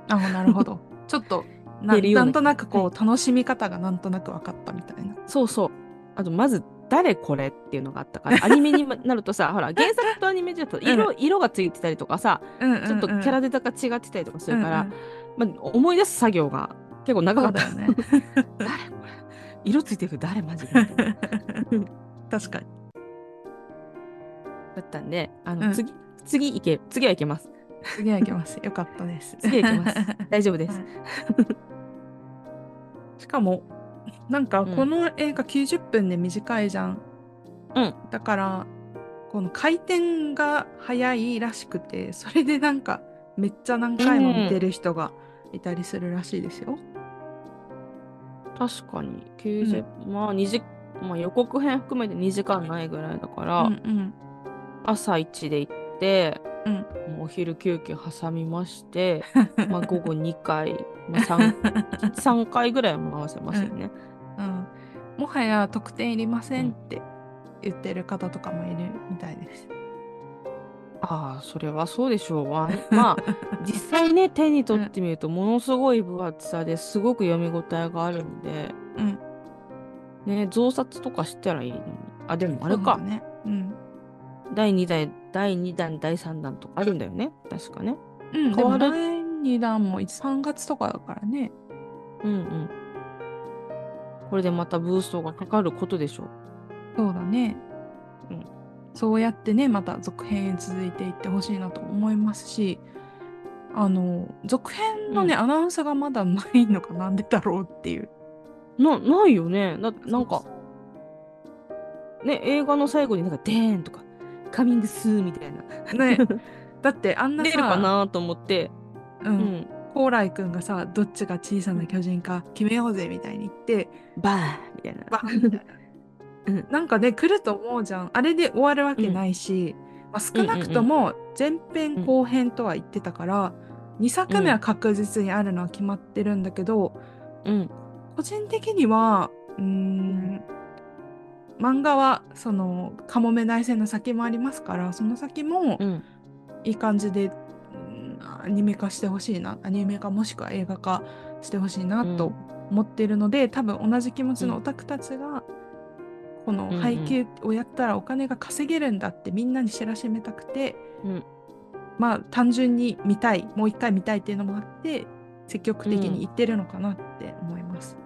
S1: あなるほどちょっとな
S2: 出るよう
S1: な
S2: なん
S1: となくこう楽しみ方がなんとなく分かったみたいな。
S2: そうそうあとまず誰これっていうのがあっ たからアニメになるとさほら原作とアニメじゃと色,、色がついてたりとかさちょっとキャラデータが違ってたりとかするから、
S1: うんうん
S2: まあ、思い出す作業が結構長か
S1: そ
S2: っ
S1: う
S2: た
S1: だよね。
S2: 誰これ色ついてる誰マジでみたい な
S1: 確かに。
S2: だったんであの、
S1: うん
S2: 次次いけ次はいけます
S1: 次は行きます。よかったです。
S2: 次はい けます大丈夫です、
S1: はいしかも、なんか
S2: うん
S1: この映画90分で短いじゃん。
S2: うん。
S1: だから、この回転が早いらしくて、それでなんか、めっちゃ何回も見てる人がいたりするらしいですよ。
S2: 確かに90、まあ2時まあ予告編含めて2時間ないぐらいだか
S1: う
S2: ら、
S1: んうん。
S2: 朝1で行って、
S1: うん
S2: もうお昼休憩挟み まして、まあ、午後2回、まあ、3, 3回ぐらいも合わせますよね、
S1: うん、もはや得点いりませんって言ってる方とかもいるみたいです。
S2: ああそれはそうでしょうわまあ実際ね手に取ってみるとものすごい分厚さですごく読み応えがあるんで、
S1: うん
S2: ね増刷とかしたらいいのにあでもあれ
S1: そう
S2: か、
S1: だね。うん。
S2: 第2弾第2弾第3弾とかあるんだよね確かね
S1: うん、で
S2: 変
S1: も
S2: わる
S1: 第2弾も3月とかだからね。
S2: うんうんこれでまたブーストがかかることでしょう
S1: そうだね。
S2: うん
S1: そうやってね、また続編へ続いていってほしいなと思いますし、あの、続編のね、アナウンスがまだないのかなんでだろうっていう。
S2: なないよねななんかね映画の最後になんか「デーン!」とか「カミングスー」みたいな
S1: ね、だってあんな
S2: 出
S1: さ、
S2: るかなと思って、
S1: う、
S2: うんん、
S1: 高麗くんがさ、どっちが小さな巨人か決めようぜみたいに言って、
S2: バーみたいな
S1: バーンみたいな。
S2: うん
S1: なんかね、来ると思うじゃん。あれで終わるわけないし、まあ、少なくとも前編後編とは言ってたから、2作目は確実にあるのは決まってるんだけど、
S2: うん
S1: 個人的にはうーん漫画はその「かもめ大戦」の先もありますからその先も
S2: うん
S1: いい感じでアニメ化してほしいなアニメ化もしくは映画化してほしいなと思っているので、多分同じ気持ちのオタクたちが、この配給をやったらお金が稼げるんだってみんなに知らしめたくて、
S2: うん
S1: まあ単純に見たいもう一回見たいっていうのもあって積極的に言ってるのかなって思います。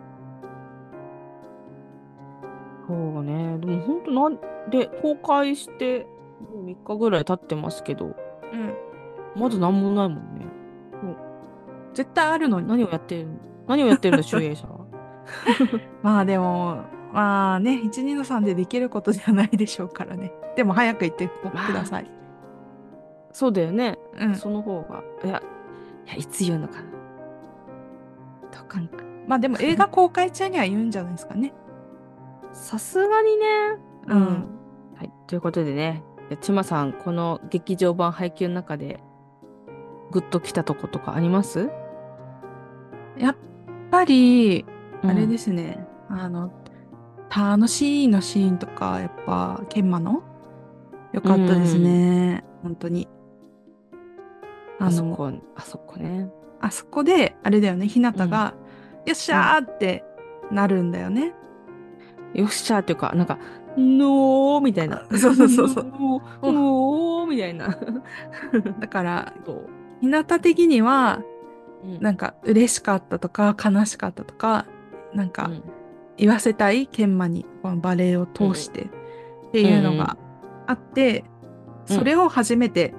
S2: そうね。でも本当なんで公開してもう3日ぐらい経ってますけど、
S1: うん
S2: まだ何もないもんね。
S1: 絶対あるのに
S2: 何をやってるの何をやってるんだ、集英 社は。
S1: まあでもまあね123さんでできることじゃないでしょうからねでも早く行ってください。
S2: そうだよね。
S1: うん
S2: その方が。いや、いやいつ言うのかな。とか
S1: まあでも映画公開中には言うんじゃないですかね。
S2: さすがにね。
S1: うん
S2: はい、ということでね、じゃあちまさん、この劇場版配給の中で、グッときたとことかあります。
S1: やっぱりあれですすね、あの「楽しい」のシーンとかやっぱ研磨のよかったですね、本当にあ
S2: あそ
S1: の
S2: こ、あそこね。
S1: あそこであれだよねひなたが「よっしゃー!」ってなるんだよね、
S2: よっしゃーっていうか、なんか、のーみたいな。
S1: そうそうそうそう
S2: のーのーみたいな。
S1: だから
S2: そう。
S1: ひなた的には
S2: うん
S1: なんか嬉しかったとか悲しかったとかなんか言わせたい研磨にこのバレエを通してっていうのがあって、
S2: うん
S1: それを初めて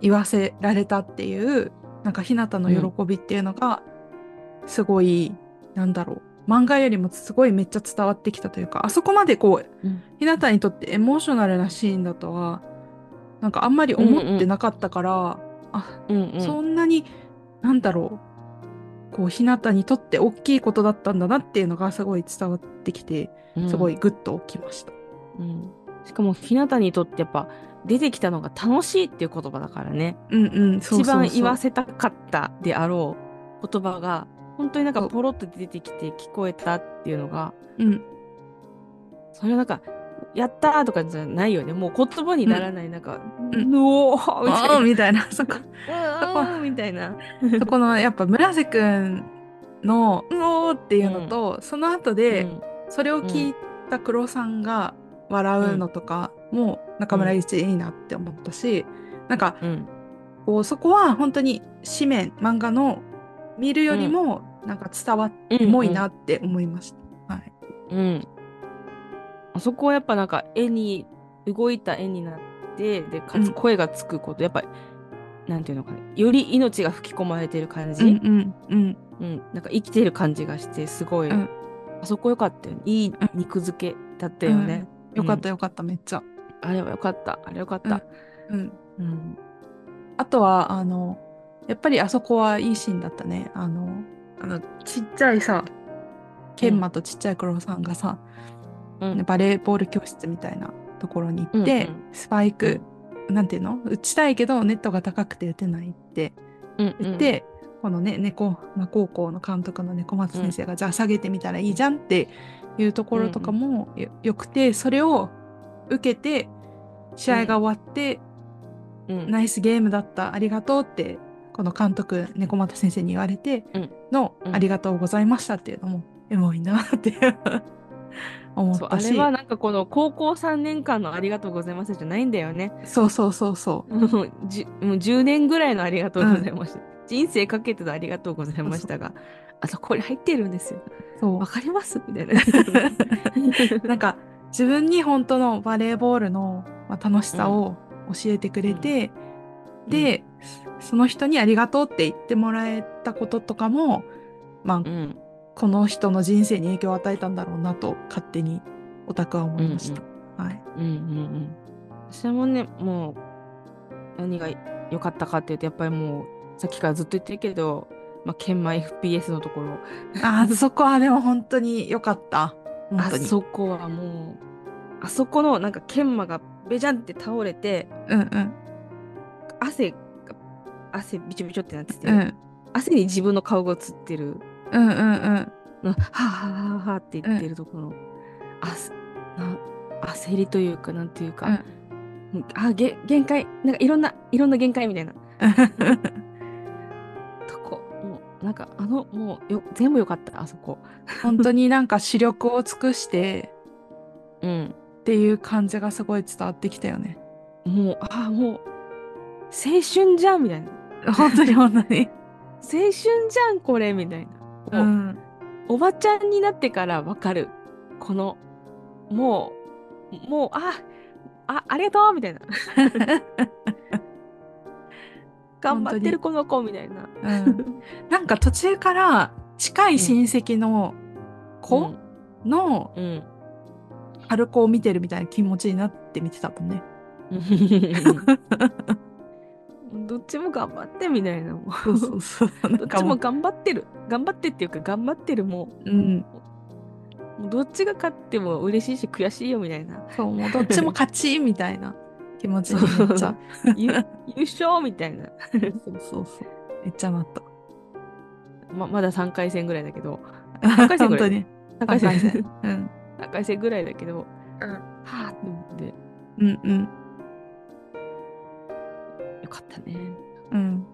S1: 言わせられたっていうなんかひなたの喜びっていうのがすごい、なんだろう漫画よりもすごいめっちゃ伝わってきたというかあそこまでこう、
S2: うん
S1: ひなたにとってエモーショナルなシーンだとはなんかあんまり思ってなかったから、
S2: うんうん、
S1: そんなになんだろうこうひなたにとって大きいことだったんだなっていうのがすごい伝わってきて
S2: うん
S1: すごいグッときました。
S2: うん、しかもひなたにとってやっぱ出てきたのが楽しいっていう言葉だからね
S1: うんうん、そうそうそう
S2: 一番言わせたかったであろう言葉が本当になんかポロッと出てきて聞こえたっていうのが
S1: うん、
S2: それはなんか「やった!」とかじゃないよねもう言葉にならない、なんか「
S1: うん
S2: うおー!」みたいな
S1: あーみたいな、そこ、
S2: うおーみたいな。
S1: そこのやっぱ村瀬くんの、うおーっていうのと、その後で、それを聞いた黒さんが笑うのとかも、中村一いいなって思ったし、なんか、
S2: うん
S1: こう、そこは本当に紙面、漫画の見るよりも、なんか伝わって、
S2: うん
S1: 重いなって思いました。はい。
S2: うん。あそこはやっぱなんか絵に動いた絵になってでか
S1: う
S2: つ
S1: ん
S2: 声がつくこと、やっぱりなんていうのかなより命が吹き込まれてる感じ、
S1: う
S2: うんん
S1: うんうん。
S2: なんか生きてる感じがしてすごい、
S1: うん
S2: あそこ良かったよねいい肉付けだったよね、
S1: よかったよかった、めっちゃ。
S2: あれは良かったあれ良かった、
S1: うん。
S2: うん
S1: あとは、あの、やっぱりあそこはいいシーンだったね。あの、あのちっちゃいさ、研磨とちっちゃい黒さんがさ、
S2: うん
S1: バレーボール教室みたいなところに行って、
S2: うん
S1: スパイク、なんていうの打ちたいけどネットが高くて打てないって
S2: うん
S1: 言って、このね、猫、まあ、高校の監督の猫松先生が、じゃあ下げてみたらいいじゃんっていうところとかもよ,、くて、それを受けて、試合が終わって、
S2: うんうん
S1: ナイスゲームだったありがとうってこの監督猫又先生に言われて
S2: うん
S1: の、
S2: うん
S1: ありがとうございましたっていうのもエモいなって 思っ
S2: そうあ
S1: た
S2: れ
S1: し
S2: はなんかこの高校3年間のありがとうございますじゃないんだよね
S1: そうそうそうそう
S2: もうじゅもう10年ぐらいのありがとうございました。人生かけてのありがとうございましたが、あとこれ入ってるんですよ。
S1: そ
S2: わかりますみたいな。
S1: うなんか自分に本当のバレーボールのまあ楽しさを教えてくれて、で、その人にありがとうって言ってもらえたこととかもまあ、
S2: うん、
S1: この人の人生に影響を与えたんだろうなと勝手にオタクは思いました。はい
S2: うん、うん、うん。私もね、もう、何が良かったかっていうと、やっぱりもう、さっきからずっと言ってるけど、まあ、研磨 FPS のところ、
S1: あーそこはでも本当に良かった。本
S2: あ
S1: 当に。
S2: そこはもう、あそこのなんか研磨がべじゃんって倒れて、
S1: うんうん。
S2: 汗が、汗びちょびちょってなってて、
S1: うん
S2: 汗に自分の顔が映ってる。
S1: うんうんうん。
S2: のはあはあはあはあって言ってるところ、あすな焦りというかなんていうか、
S1: うん
S2: もうあげ限界なんかいろんないろんな限界みたいなとこもうなんかあのもうよ全部良かったあそこ
S1: 本当になんか視力を尽くして
S2: うん
S1: っていう感じがすごい伝わってきたよ ね。
S2: もうああもう青春じゃんみたいな
S1: 本当に本当に。
S2: 青春じゃんこれみたいな、もう
S1: うん。
S2: おばちゃんになってからわかるこのもうもうああありがとうみた いな頑張ってるこの子みたいな
S1: うん、なんか途中から近い親戚の子の
S2: うん、うん
S1: 春子を見てるみたいな気持ちになって見てたもんね。
S2: どっちも頑張ってみたいなも
S1: そうそうそう。な
S2: うど
S1: ん
S2: っ
S1: か
S2: ち
S1: も
S2: も
S1: う、
S2: 頑張ってる頑張ってっていうか頑張ってるも
S1: うん、
S2: うもうどっちが勝っても嬉しいし悔しいよみたいな
S1: そう、もうどっちも勝ちみたいな気持ちになっちゃう。
S2: ゆ 優勝みたいな
S1: そうそうそう。めっちゃなった。
S2: ままだ3回戦ぐらいだけど
S1: 本
S2: 回戦ぐら
S1: 当
S2: い
S1: に。
S2: 3回
S1: 三回
S2: 戦
S1: 戦うん。
S2: 3回戦ぐらいだけど、はあって思ってよ
S1: うんうん。
S2: かったね
S1: うん。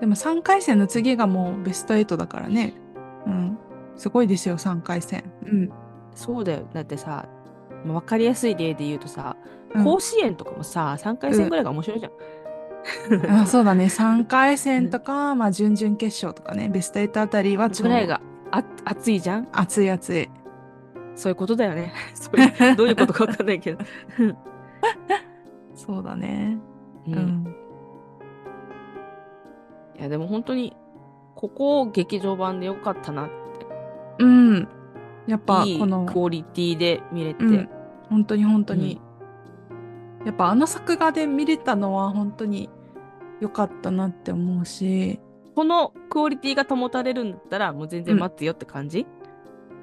S1: でも3回戦の次がもうベスト8だからね。うん。すごいですよ、3回戦。うん。
S2: そうだよだってさ分かりやすい例で言うとさ
S1: うん
S2: 甲子園とかもさ3回戦ぐらいが面白いじゃん、
S1: あそうだね、3回 戦とか、まあ、準々決勝とかね、ベスト8あたりはちょ
S2: ぐ
S1: う
S2: らい
S1: ど
S2: があ熱いじゃん
S1: 熱い熱 い。
S2: そういうことだよね そういうどういうことか分かんないけど、
S1: そうだね。
S2: う、
S1: うんん。
S2: いやでも本当にここ劇場版でよかったな
S1: うん。やっぱ、
S2: いい
S1: この、
S2: クオリティで見れて、
S1: うん、本当に本当に、やっぱあの作画で見れたのは本当に良かったなって思うし、
S2: このクオリティが保たれるんだったらもう全然待つよって感じ、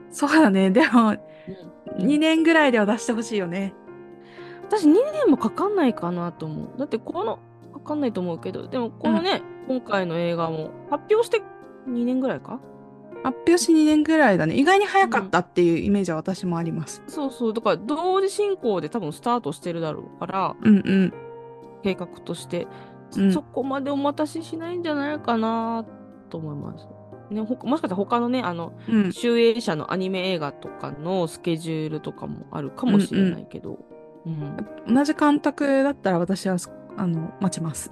S1: そうだね、でも、
S2: うん
S1: 2年ぐらいでは出してほしいよね。
S2: 私2年もかかんないかなと思うだってこのかかんないと思うけどでもこのね、今回の映画も発表して2年ぐらいか
S1: 発表し2年ぐらいだね。意外に早かったっていうイメージは私もあります。
S2: そうそうだから同時進行で多分スタートしてるだろうから
S1: うんうん。
S2: 計画として、
S1: うん
S2: そこまでお待たせしないんじゃないかなと思いますね、ほもしかしたら他のねあの
S1: うん。
S2: 集英社のアニメ映画とかのスケジュールとかもあるかもしれないけど、うん
S1: 同じ監督だったら私はすあの待ちます。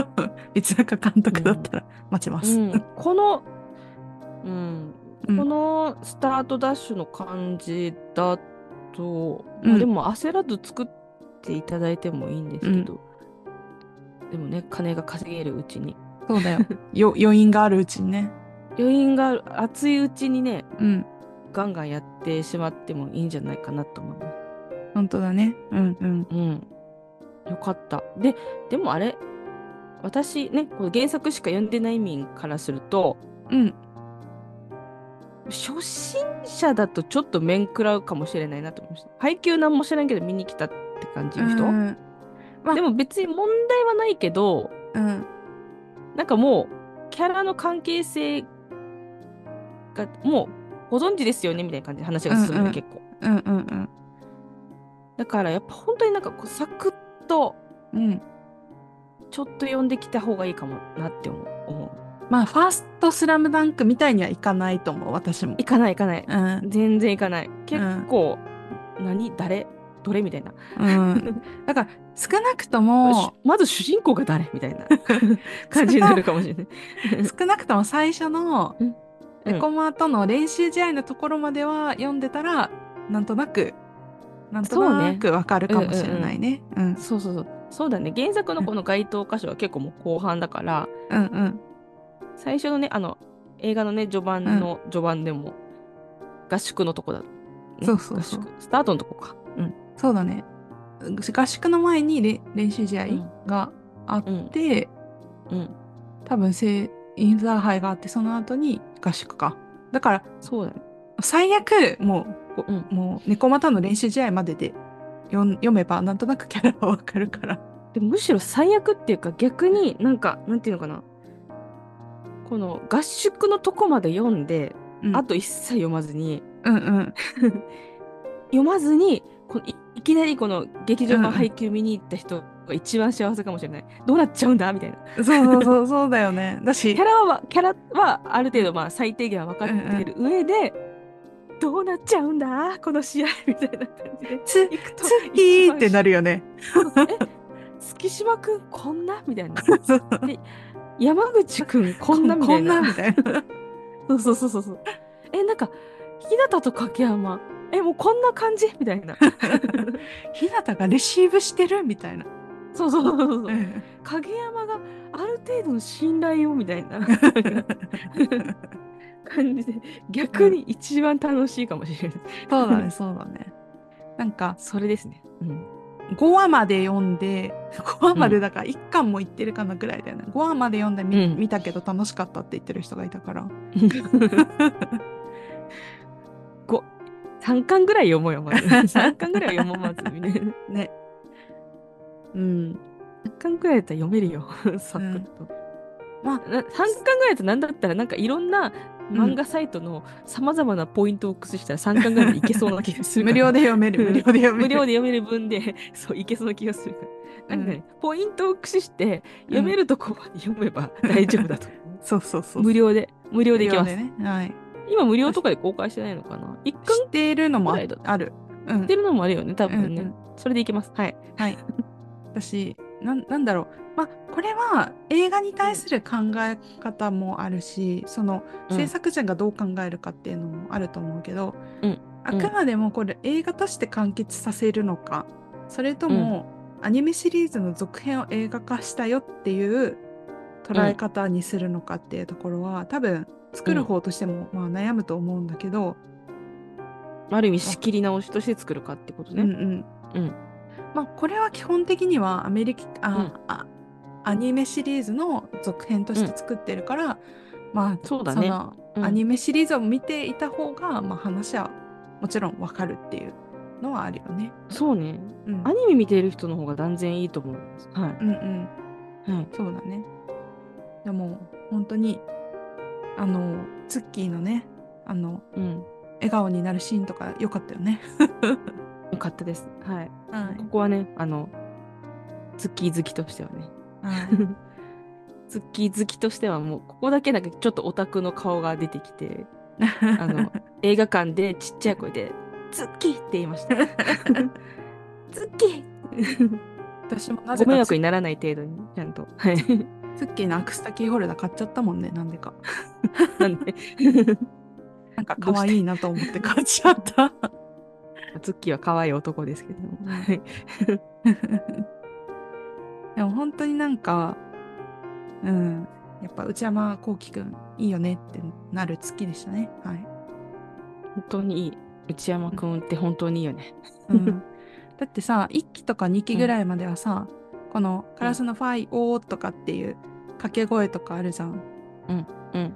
S1: 別な監督だったら待ちます。
S2: うんこの、うん、
S1: うん
S2: このスタートダッシュの感じだと、
S1: うん
S2: まあでも焦らず作っていただいてもいいんですけど、でもね金が稼げるうちに
S1: そうだよ。 よ余韻があるうちにね。
S2: 余韻がある熱いうちにね
S1: うん。
S2: ガンガンやってしまってもいいんじゃないかなと思います。
S1: 本当だね。うんうん。
S2: うん、よかったででもあれ私ねこれ原作しか読んでない民からすると
S1: うん。
S2: 初心者だとちょっと面食らうかもしれないなと思いました配給なんも知らんけど見に来たって感じの人、
S1: うんまあ
S2: でも別に問題はないけど
S1: うん。
S2: なんかもうキャラの関係性がもうご存知ですよねみたいな感じで話が進む
S1: うん
S2: の
S1: うん
S2: 結構
S1: うんうん
S2: だからやっぱ本当になんかこうサクッと
S1: うん。うん。
S2: ちょっと読んできた方がいいかもなって思う思う
S1: まあ、ファーストスラムダンクみたいにはいかないと思う、私も
S2: い。かないいかない
S1: うん。
S2: 全然いかない結構、何誰どれみたいな
S1: うん。だから、少なくとも、
S2: まず主人公が誰みたい な感じになるかもしれない。
S1: 少なくとも最初の
S2: うん
S1: レコマとの練習試合のところまでは読んでたら、なんとなくなんとなくわかるかもしれないね。うん
S2: そうそうそうそうだね原作のこの該当箇所は結構もう後半だから
S1: うんうん
S2: 最初のねあの映画のね序盤の序盤でも合宿のとこだ、ね
S1: そうそうそう
S2: 合宿スタートのとこか。うん
S1: そうだね合宿の前にれ練習試合があっ
S2: うん
S1: て、
S2: うん、
S1: 多分せインザーハイがあってその後に合宿かだから
S2: そうだね。
S1: 最悪もう,こ、
S2: うん
S1: もう猫股の練習試合までで読ん読めばなんとなくキャラはわかるから
S2: でむしろ最悪っていうか逆になんかなんていうのかなこの合宿のとこまで読んで、
S1: うん
S2: あと一切読まずに、
S1: うんうん
S2: 読まずにこのいいきなりこの劇場版配給見に行った人が一番幸せかもしれない。どうなっちゃうんだみたいな。
S1: そうそうそうそうだよね。だし
S2: キャラは、キャラはある程度まあ最低限は分かってる上で、どうなっちゃうんだこの試合みたいな感じで。
S1: つ
S2: 行くと
S1: ツッキーってなるよね。
S2: え月島くんこんなみたいな。
S1: そう
S2: 山口くんこんなみ た
S1: こ
S2: い
S1: ん
S2: な
S1: な。みたいな。
S2: そうそうそうそうそう。え、なんか、日向と掛山、え、もうこんな感じみた いな。
S1: ひなたがレシーブしてるみたいな。
S2: そうそうそうそうそうう。
S1: ん
S2: 影山がある程度の信頼をみたい な感じで、逆に一番楽しいかもしれない。
S1: そうだね、そうだね。なんか、
S2: それですね。うん。
S1: 5話まで読んで、5話までだから1巻もいってるかなぐらいだよね。5話まで読んでみ
S2: うん
S1: 見たけど楽しかったって言ってる人がいたから。
S2: ご3巻ぐらい読もうよ、まず。3巻 ぐらい読もう、まず。みたいな
S1: ね。
S2: うん。3巻ぐらいだったら読めるよ、サクッと。
S1: まあ
S2: な3巻ぐらいだとなんだったらなんかいろんな漫画サイトのさまざまなポイントを駆使したら3巻ぐらいでいけそうな気が する
S1: 無料
S2: で
S1: で読める、無料で 読める。
S2: 無料で読める分で そういけそうな気がするからなんか、ねポイントを駆使して読めるとこまで読めば 大丈夫だと思う
S1: そうそうそう。
S2: 無料で無料
S1: 無
S2: でいけ
S1: 料
S2: ます、
S1: でね。はい。
S2: 今無料とかで公開してないのかな1巻
S1: 知っているのもあ
S2: ぐらいだ
S1: ある。うん
S2: っ。てるのもあるよね多
S1: うんう
S2: 分ね、
S1: ん
S2: それでいけますはい
S1: はい。私、なんなんだろう。まあ、これは映画に対する考え方もあるし、その
S2: うん
S1: 制作者がどう考えるかっていうのもあると思うけど、
S2: うん
S1: あくまでもこれ映画として完結させるのか、それともアニメシリーズの続編を映画化したよっていう捉え方にするのかっていうところは、多分作る方としてもまあ悩むと思うんだけど、
S2: ある意味仕切り直しとして作るかってことね、
S1: うんうん
S2: うん
S1: まあ、これは基本的にはアメリカ、あ
S2: うん
S1: あアニメシリーズの続編として作ってるから、まあ
S2: そうだね
S1: の
S2: うん
S1: アニメシリーズを見ていた方が、まあ、話はもちろんわかるっていうのはあるよね。
S2: そうね
S1: うん、
S2: アニメ見てる人の方が断然いいと思うはい
S1: うんうん
S2: はい、
S1: そうだね。でも本当にあのツッキーのねあの
S2: うん、
S1: 笑顔になるシーンとか良かったよね。
S2: よかったです。はい、
S1: は
S2: ここはね、あの、ズッキー好きとしてはね、
S1: い。はい、
S2: ズッキー好きとしてはもう、ここだけなんかちょっとオタクの顔が出てきて、 あの、映画館でちっちゃい声で、ズッキーって言いま した。ズッキー
S1: 私もなぜ
S2: ご
S1: か
S2: 迷惑にならない程度に、ちゃんと。はい。
S1: ツッキーのアクスタキーホルダー買っちゃったもんね、なんで か。
S2: なんで、
S1: なんか可愛いなと思って買っちゃった。
S2: ズッキーは可愛い男ですけども。はい。
S1: でも本当になんか、うん、やっぱ内山幸輝くんいいよねってなる月でしたね。はい。
S2: 本当にいい。内山くんって本当にいいよね。
S1: うん、だってさ、1期とか2期ぐらいまではさ、このカラスのファイオーとかっていう掛け声とかあるじゃん。
S2: うん。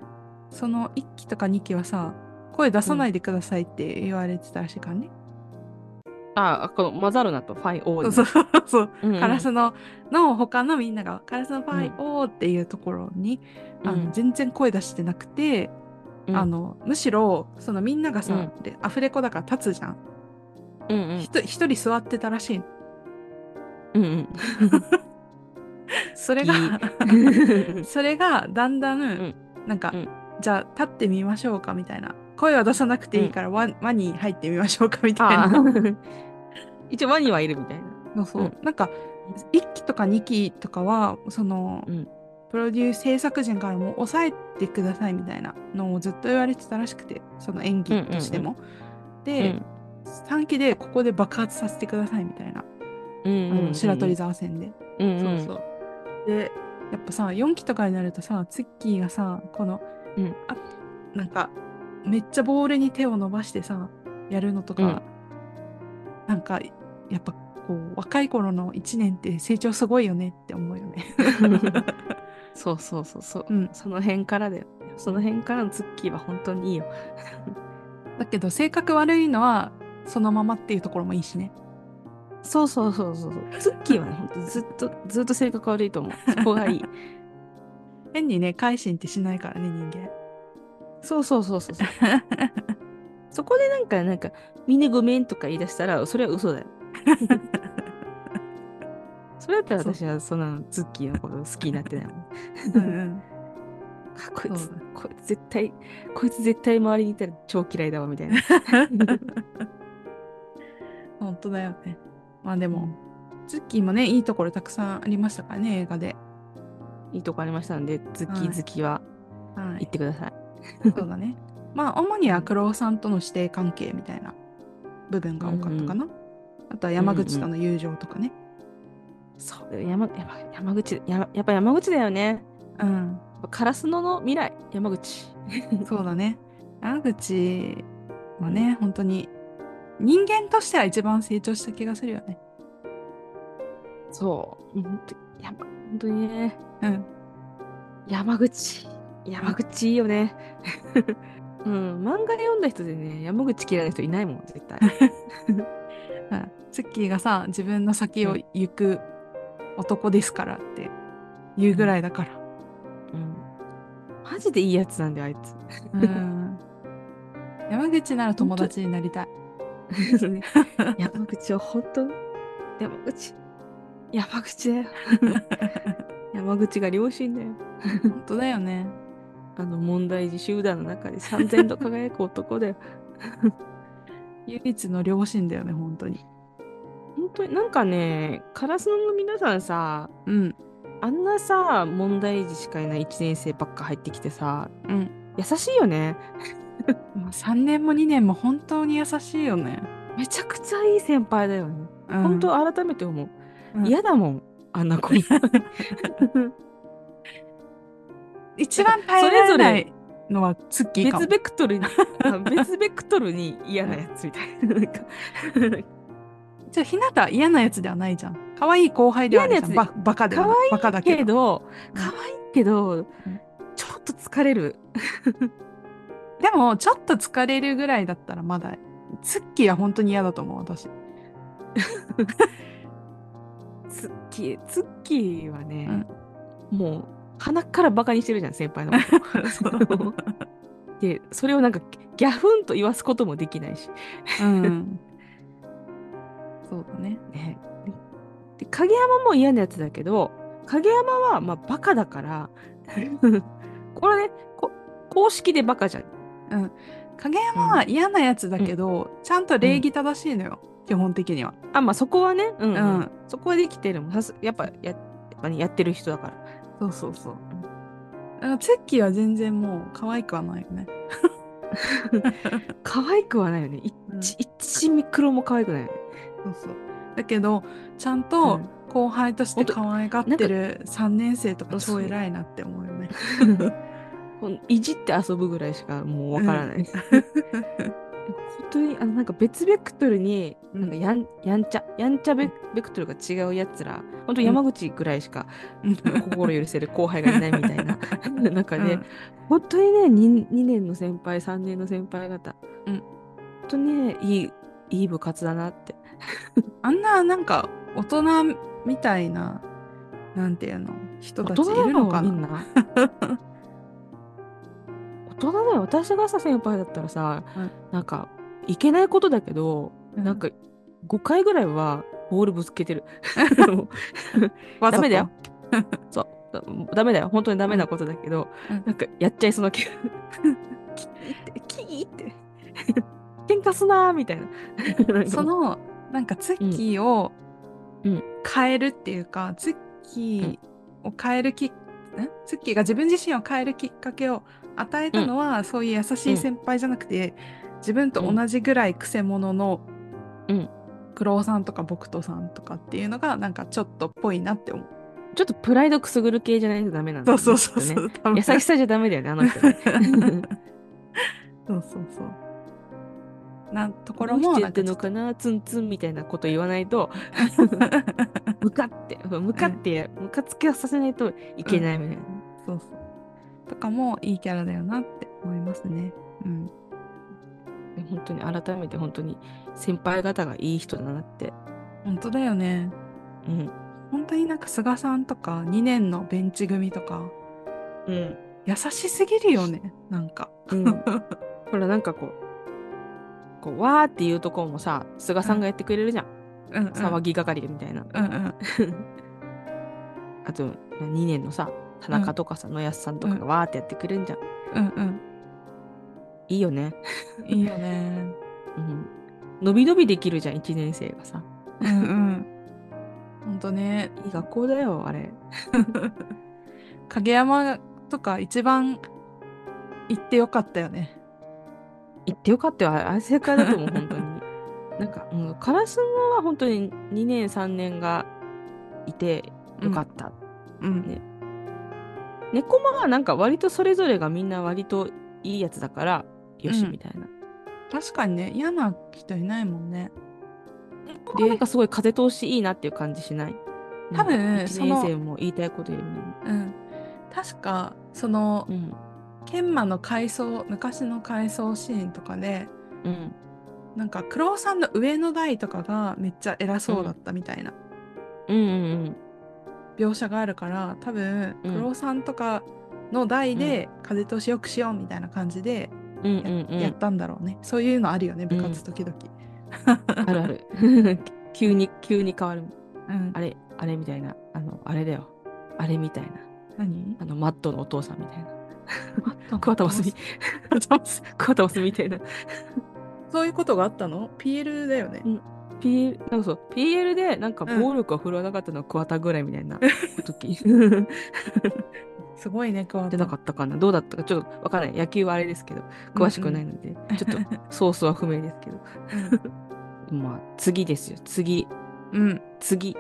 S1: その1期とか2期はさ、声出さないでくださいって言われてたらしいからね。
S2: あ、このマザルナとファイオーディ
S1: そうそうそう。
S2: うんうん
S1: カラスのの他のみんなが「カラスのファイオー」っていうところに、あ
S2: うん
S1: の全然声出してなくて、
S2: うん
S1: あのむしろそのみんながさ、
S2: う
S1: でアフレコだから立つじゃん
S2: うんうん
S1: ひと一、人座ってたらしいの
S2: うんうん。
S1: それが それがだんだん、
S2: ん
S1: なんか、
S2: うん
S1: じゃあ立ってみましょうかみたいな声は出さなくていいから、輪輪に入ってみましょうかみたい
S2: あ
S1: な
S2: あ 一応ワニはいるみたいな。
S1: そうそう、
S2: うん
S1: なんか1期とか2期とかはその、
S2: うん
S1: プロデュース制作陣からも抑えてくださいみたいなのをずっと言われてたらしくてその演技としても。で、3期でここで爆発させてくださいみたいな、
S2: うん
S1: あの白鳥沢戦で。
S2: うんうんうん、
S1: そうそうでやっぱさ4期とかになるとさツッキーがさこの、
S2: うん
S1: あなんかめっちゃボールに手を伸ばしてさやるのとか、
S2: うん
S1: なんかやっぱこう若い頃の1年って成長すごいよねって思うよね。
S2: そうそうそうそう。
S1: うん、
S2: その辺からだよ。その辺からのツッキーは本当にいいよ。
S1: だけど性格悪いのはそのままっていうところもいいしね。
S2: そうそうそうそうそう。ツッキーはね、本当ずっとずっと性格悪いと思う。そこがいい。
S1: 変にね改心ってしないからね人間。
S2: そうそうそうそうそう。そこでなんかなんかみんなごめんとか言い出したらそれは嘘だよ。 それだったら私はそんなズッキーのこと好きになってないもん。
S1: うんうん
S2: あこい
S1: そ
S2: つ
S1: うだ、
S2: こいつ絶対、こいつ絶対周りにいたら超嫌いだわ、みたい な。
S1: 本当だよね。まあで
S2: で
S1: も、、ズッキーもね、いいところたくさんありましたからね、映画で。
S2: いいとこありましたので、ズッキ
S1: は
S2: ー
S1: い
S2: ズキは
S1: は
S2: 行っ
S1: い。
S2: てください。
S1: そうだね。まあ、主には九郎さんとの師弟関係みたいな部分が多かったかな。あとは山口との友情とかね。
S2: そう、山、山山口、ややっぱ山口だよね。
S1: うん。
S2: やっぱカラスノの未来、山口。
S1: そうだね。山口はね、本当に人間としては一番成長した気がするよね。
S2: そう、本当やば本当にね、
S1: うん。
S2: 山口、山口いいよね。うん、漫画読んだ人でね、山口嫌いな人いないもん、絶対。
S1: うんツッキーがさ、自分の先を行く男ですからって言うぐらいだから。
S2: うん。マジでいいやつなんだよ、あいつ。
S1: うん。山口なら友達になりたい。
S2: 山口は本当山口山口だよ山口が良心だよ
S1: 本当だよね。
S2: あの問題児集団の中で三千と輝く男だよ
S1: 唯一の両親だよね、本当に。
S2: 本当になんかねカラスノの皆さんさ
S1: うん。
S2: あんなさ問題児しかいない1年生ばっか入ってきてさ
S1: うん。
S2: 優しいよね
S1: まあ、3年も2年も本当に優しいよね。
S2: めちゃくちゃいい先輩だよね、
S1: うん
S2: 本当改めて思う
S1: うん
S2: 嫌、だもんあんな子
S1: 一番耐えられないのはツッキーかも
S2: 別。ベクトルに あ別ベクトルに嫌なやつみたいななんか
S1: じゃあ、ひなた嫌なやつではないじゃん。可愛い後輩ではないじゃん。
S2: 嫌なや
S1: バ
S2: つ
S1: バカではない
S2: 可
S1: バカだけ
S2: け
S1: ど。
S2: ど可愛いけどちょっと疲れる
S1: でも、ちょっと疲れるぐらいだったらまだ、ツッキーは本当に嫌だと思う、私。
S2: ツッキーツッキーはね、もう鼻からバカにしてるじゃん先輩の ことでそれをなんかギャフンと言わすこともできないし
S1: うん。 そうだね。
S2: ねで影山も嫌なやつだけど影山はまあバカだから これねこ公式でバカじゃん
S1: 影山は嫌なやつだけど、ちゃんと礼儀正しいのよ、基本的には。
S2: あまあそこはね、うんうん
S1: うん
S2: そこはできてるもんさすやっぱややっぱ、ね、やってる人だから
S1: そうそうそう。あのツッキーは全然もう可愛くはないよね。
S2: 可愛くはないよね
S1: そ
S2: 一一ミクロも可愛くないよね
S1: うそうだけどちゃんと
S2: うん
S1: 後輩として可愛がってる3年生とか
S2: そ
S1: 超
S2: う
S1: 偉いなって思うよね。
S2: このいじって遊ぶぐらいしかもうわか らない、本当にあのなんか別ベクトルに
S1: うん
S2: なんかやんやんちゃやんちゃベベクトルが違うやつら本当山口ぐらいしか心許せる後輩がいないみたいな中で、
S1: うん
S2: 本当にね 2, 2年の先輩3年の先輩方、
S1: うん
S2: 本当にねいいいい部活だなって
S1: あんななんか大人みたいななんていうの人たちいるのか
S2: 大人だよみ
S1: なん
S2: な大人だよ私がさ先輩だったらさ、
S1: うん
S2: なんかいけないことだけど、なんか5回ぐらいはボールぶつけてる も
S1: わざと
S2: ダメだよ。 うダメだよ本当にダメなことだけど、
S1: うん
S2: なんかやっちゃいそう な気がキーってキーって喧嘩すなーみたいななんか
S1: そのなんかツッキーを
S2: うんうん
S1: 変えるっていうか、ツッキーを変えるき、ん、ツッキーが自分自身を変えるきっかけを与えたのは、そういう優しい先輩じゃなくて、自分と同じぐらいくせ者の、
S2: うん
S1: クロさんとかボクトさんとかっていうのがなんかちょっとっぽいなって思う。
S2: ちょっとプライドくすぐる系じゃないとダメなんだ
S1: そう
S2: よね
S1: そうそう
S2: きっ
S1: そ
S2: とね
S1: う。多分
S2: 優しさじゃダメだよねあの人ね
S1: そうそうそう。なところ
S2: この
S1: もな
S2: 人や
S1: んか
S2: って
S1: ち
S2: ん
S1: ょ
S2: の
S1: っと
S2: かなツンツンみたいなこと言わな いと向かって向かって、ムカつきはさせないといけないみたいな、
S1: そうそう。とかもいいキャラだよなって思いますね。うん。
S2: で本当に改めて本当に先輩方がいい人だなって、
S1: 本当だよね。
S2: うん
S1: 本当になんか菅さんとか2年のベンチ組とか
S2: うん
S1: 優しすぎるよね。なんか。
S2: ほらなんかこうこうわーっていうとこもさ菅さんがやってくれるじゃん、
S1: うんうん、
S2: 騒ぎ係みたいな、
S1: うんうん。
S2: あと2年のさ田中とかさ、野安さんとかがわーってやってくれるんじゃん、
S1: うん
S2: いいよね、
S1: うん。いいよね。
S2: うん、伸び伸びできるじゃん1年生がさ
S1: うんうん。ほんとね。
S2: いい学校だよあれ
S1: 影山とか一番行ってよかったよね。
S2: 行ってよかったよあれあれ正解だと思う 本当になんか、うん、カラスモは本当に2年3年がいてよかった、
S1: うん。
S2: 猫間はなんか割とそれぞれがみんな割といいやつだからよし
S1: うん
S2: みたいな、
S1: 確かにね、嫌な人いないもんね。
S2: 猫間なんかすごい風通しいいなっていう感じしない
S1: 多分
S2: なんか
S1: そ
S2: 1
S1: の
S2: 年生も言いたいことよりも、
S1: うん。確か、その
S2: う、ん
S1: 研磨の回想、昔の回想シーンとかで、
S2: うん、
S1: なんか、クロウさんの上の台とかがめっちゃ偉そうだったみたいな
S2: うんうん
S1: 描写があるから、多分、
S2: うん
S1: クロウさんとかの台で風通しよくしようみたいな感じで
S2: うんうん
S1: や,、
S2: うんう
S1: やっ
S2: ん
S1: たんだろうね。そういうのあるよね、部活時々。
S2: あるある 急に急に変わる
S1: うん
S2: あれあれみたいなあのあれだよあれみたいな
S1: 何
S2: あのマットのお父さんみたいな
S1: 桑
S2: 桑
S1: 田
S2: 田
S1: 真
S2: 真
S1: 澄
S2: 澄 桑田真澄みたいな
S1: そういうことがあったの ?PL だよね。
S2: PL なんかそう PL でなんか
S1: うん
S2: 暴力を振るわなかったのは桑田ぐらいみたいな 時
S1: すごいね、桑
S2: じ
S1: 田。
S2: ゃなかったかなどうだったかちょっとわからない野球はあれですけど詳しくないので、ちょっとソースは不明ですけどまあ次ですよ次
S1: うん。
S2: 次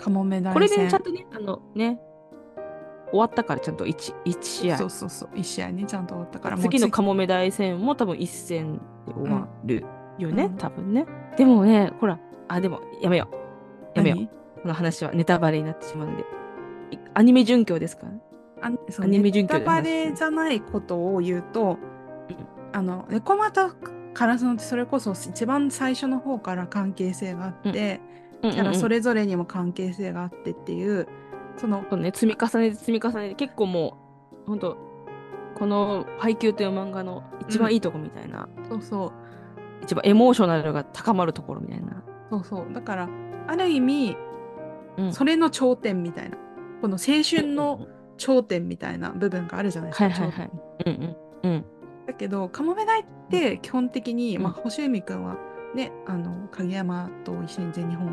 S1: かもめ大戦。
S2: これでちゃんとねあのね終わったからちゃんと 1, 一試合
S1: そうそうそう。一試合ね、ちゃんと終わったから。
S2: 次のカ
S1: も
S2: モメ大戦も多分一戦で終わるよね、
S1: うん
S2: 多分ねでもねほらあでもやめようやめよ
S1: う。
S2: うこの話はネタバレになってしまうのでいアニメ準拠ですからね
S1: 何あそう
S2: アニメ準拠
S1: ネ
S2: で
S1: タ
S2: 話
S1: バレじゃないことを言うと、あの、猫又からそのそれこそ一番最初の方から関係性があって、
S2: うん
S1: キャラそ
S2: れ
S1: れぞれにも関係性があってっていう、その、
S2: ね積み重ねて積み重ねて結構もうほんとこの「配給」という漫画の一番いいとこみたいな、
S1: そうそう。
S2: 一番エモーショナルが高まるところみたいな、
S1: そうそう。だから、ある意味、
S2: うん
S1: それの頂点みたいな。この青春の頂点みたいな部分があるじゃないですか。
S2: はいはいはい
S1: 頂点
S2: うん
S1: だけど、かもめ台って基本的に、
S2: うん
S1: まあ、星海くんはね、あの、影山と一緒に全日本、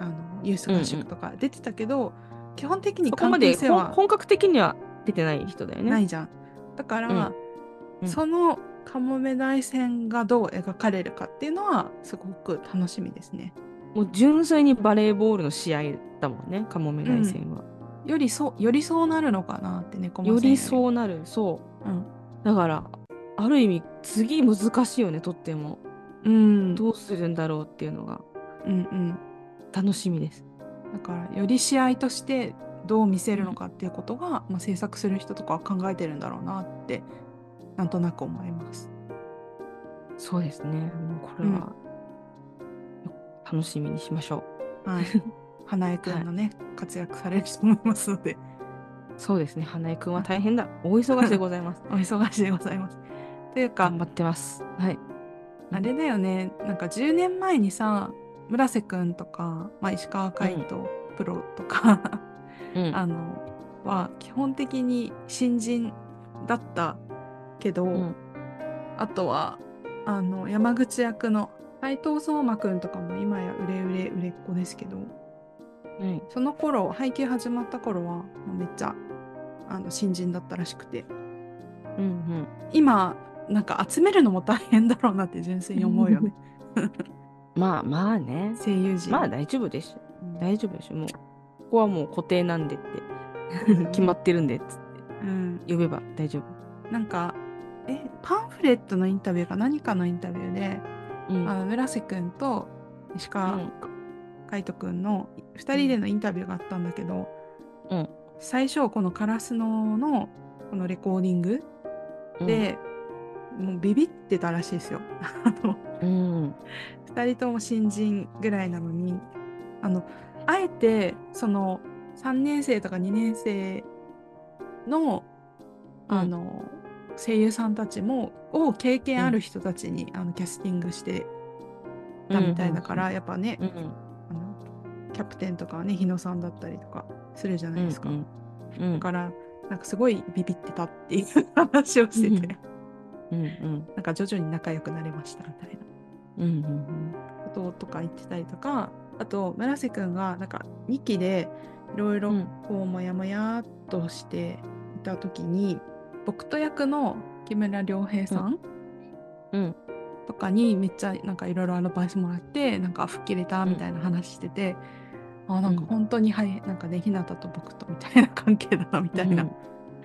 S1: あの、ユース合宿とか出てたけど、基本的
S2: うん
S1: に
S2: そこ
S1: 関
S2: ま
S1: 係
S2: で
S1: 性
S2: 本
S1: は
S2: 本格的には出てない人だよね
S1: ないじゃん。だから、
S2: うんうん
S1: そのかもめ台戦がどう描かれるかっていうのは、すごく楽しみですね。
S2: もう純粋にバレーボールの試合だもんね、カモメ大戦は。
S1: よりそう、よりそうなるのかなってね、
S2: より
S1: う。
S2: そうなる、そう。
S1: うん
S2: だから、ある意味、次難しいよね、とっても。
S1: うん、
S2: どうするんだろうっていうのが
S1: うんうん
S2: 楽しみです。
S1: だからより試合としてどう見せるのかっていうことが、まあ、制作する人とかは考えてるんだろうなってなんとなく思います。
S2: そうですね、もうこれは、楽しみにしましょ う。
S1: はい、花江くんのね、活躍されると思いますので
S2: そうですね、花江くんは大変だ。大忙しでございます。
S1: お忙しいでございます。というか
S2: 頑張ってます。はい。
S1: あれだよねなんか10年前にさ村瀬くんとか、まあ、石川海人プロとか、
S2: うん。
S1: あのは基本的に新人だったけど。
S2: うん
S1: あとはあの山口役の斉藤壮馬くんとかも今や売れ売れ売れっ子ですけど
S2: うん
S1: その頃配給始まった頃はもうめっちゃあの新人だったらしくて
S2: うんうん
S1: 今なんか集めるのも大変だろうなって純粋に思うよ ね
S2: まあまあね。
S1: 声優陣
S2: まあ大丈夫でしょ。大丈夫でしょ。もう、ここはもう固定なんでって。決ま
S1: っ
S2: ってるんでっつって
S1: うん、
S2: 呼べば大丈夫。
S1: なんかえパンフレットのインタビューか何かのインタビューで、
S2: うん
S1: あの村瀬くんと石川
S2: うん
S1: 海斗くんの2人でのインタビューがあったんだけど、
S2: うん
S1: 最初このカラスののこのレコーディング、で、もうビビってたらしいですよ。あの
S2: うん
S1: 2人とも新人ぐらいなのにあのあえてその3年生とか2年生のあの、声優さんたちもを経験ある人たちに、あのキャスティングしてたみたいだから、やっぱね、
S2: うん
S1: あのキャプテンとかはね日野さんだったりとかするじゃないですか、
S2: うんうん
S1: だからなんかすごいビビってたっていう話をしてて、
S2: うんうん
S1: なんか徐々に仲良くなれましたみたいな
S2: うんうん
S1: こととか言ってたりとかあと村瀬くんがなんか2期でいろいろ
S2: うん
S1: こうモヤモヤっとしていた時に、僕と役の木村良平さん
S2: うんうん
S1: とかにめっちゃなんかいろいろアドバイスもらってなんか吹っ切れたみたいな話してて、あなんか本当にはいなんかねひなたと僕とみたいな関係だなみたいな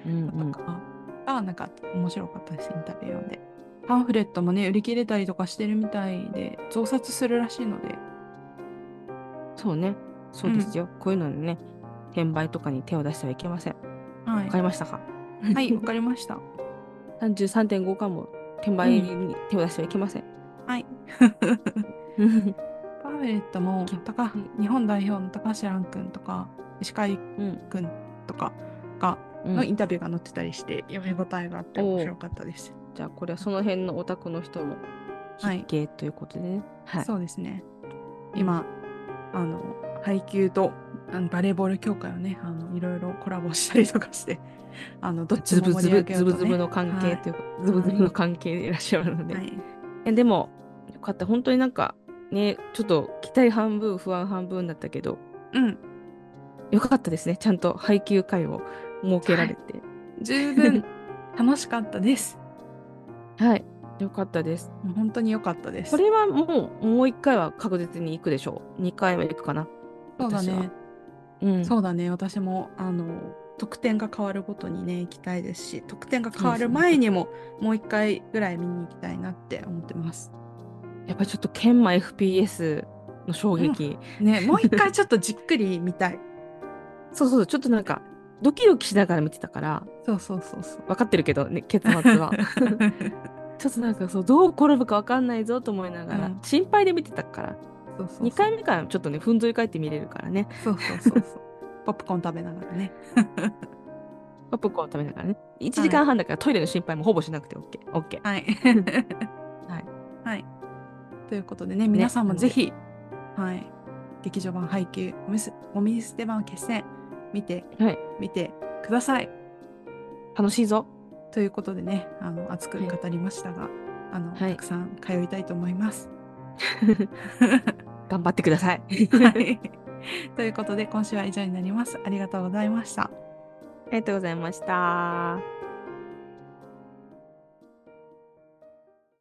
S2: うんう
S1: と
S2: ん
S1: かがなんか面白かったですインタビュー読んでパンフレットもね売り切れたりとかしてるみたいで増刷するらしいので
S2: そうねそうですよ、こういうのね転売とかに手を出してはいけませんわ
S1: はい
S2: かりましたか
S1: はい、わかりました。
S2: 33.5巻も転売に手を出してはいけません、
S1: はい。
S2: うん
S1: パンフレットも高日本代表の高橋蘭君とか石川由
S2: うん
S1: 君とかが
S2: うん
S1: のインタビューが載ってたりして、読み応えがあって面白かったです。
S2: じゃあこれはその辺のオタクの人の
S1: はい
S2: 筆形ということでねはい、
S1: そうですね。今あの配給とあのバレーボール協会をねあのいろいろコラボしたりとかしてあのどっち
S2: ズ
S1: も
S2: ブ
S1: 盛
S2: ズ
S1: り上
S2: ブ
S1: げよ
S2: ズ
S1: うと、
S2: ブ
S1: ね、
S2: ズブの関係というか、ズブズブの関係でいらっしゃるので、
S1: はい、
S2: えでもよかった本当になんかねちょっと期待半分不安半分だったけど
S1: うん
S2: よかったですねちゃんと配給会を設けられて
S1: 十分 楽しかったです。
S2: はい、よかったです
S1: もう本当に良かったです。
S2: これはもうもう1回は確実に行くでしょう2回は行くかな
S1: そうだ
S2: 私
S1: ね
S2: は。うん
S1: そうだね私もあの得点が変わるごとにね行きたいですし得点が変わ
S2: そう
S1: る
S2: そう
S1: 前にももう一回ぐらい見に行きたいなって思ってます。
S2: やっぱりちょっと研磨 FPS の衝撃、
S1: ねもう一回ちょっとじっくり見たい。
S2: そうそうちょっとなんかドキドキしながら見てたから
S1: そうそうそう そう。
S2: 分かってるけどね結 末はちょっとなんかそうどう転ぶか分かんないぞと思いながら、
S1: うん
S2: 心配で見てたから
S1: そうそうそう
S2: 2回目からちょっとねふんぞり返って見れるからね
S1: そうそうそうそう。ポップコーン食べながらね。
S2: ポップコーン食べながらね1時間半だからトイレの心配もほぼしなくて OKOK
S1: はい。
S2: はい。
S1: はい。ということでね、皆さんもぜひ、はい。劇場版配給、おみすおみ捨て版決戦、見て、
S2: はい
S1: 見てください。
S2: 楽しいぞ
S1: ということでね、あの熱く
S2: はい
S1: 語りましたが、あの、
S2: はい
S1: たくさん通いたいと思います。
S2: 頑張ってください
S1: はい。ということで、今週は以上になります。ありがとうございました。
S2: ありがとうございました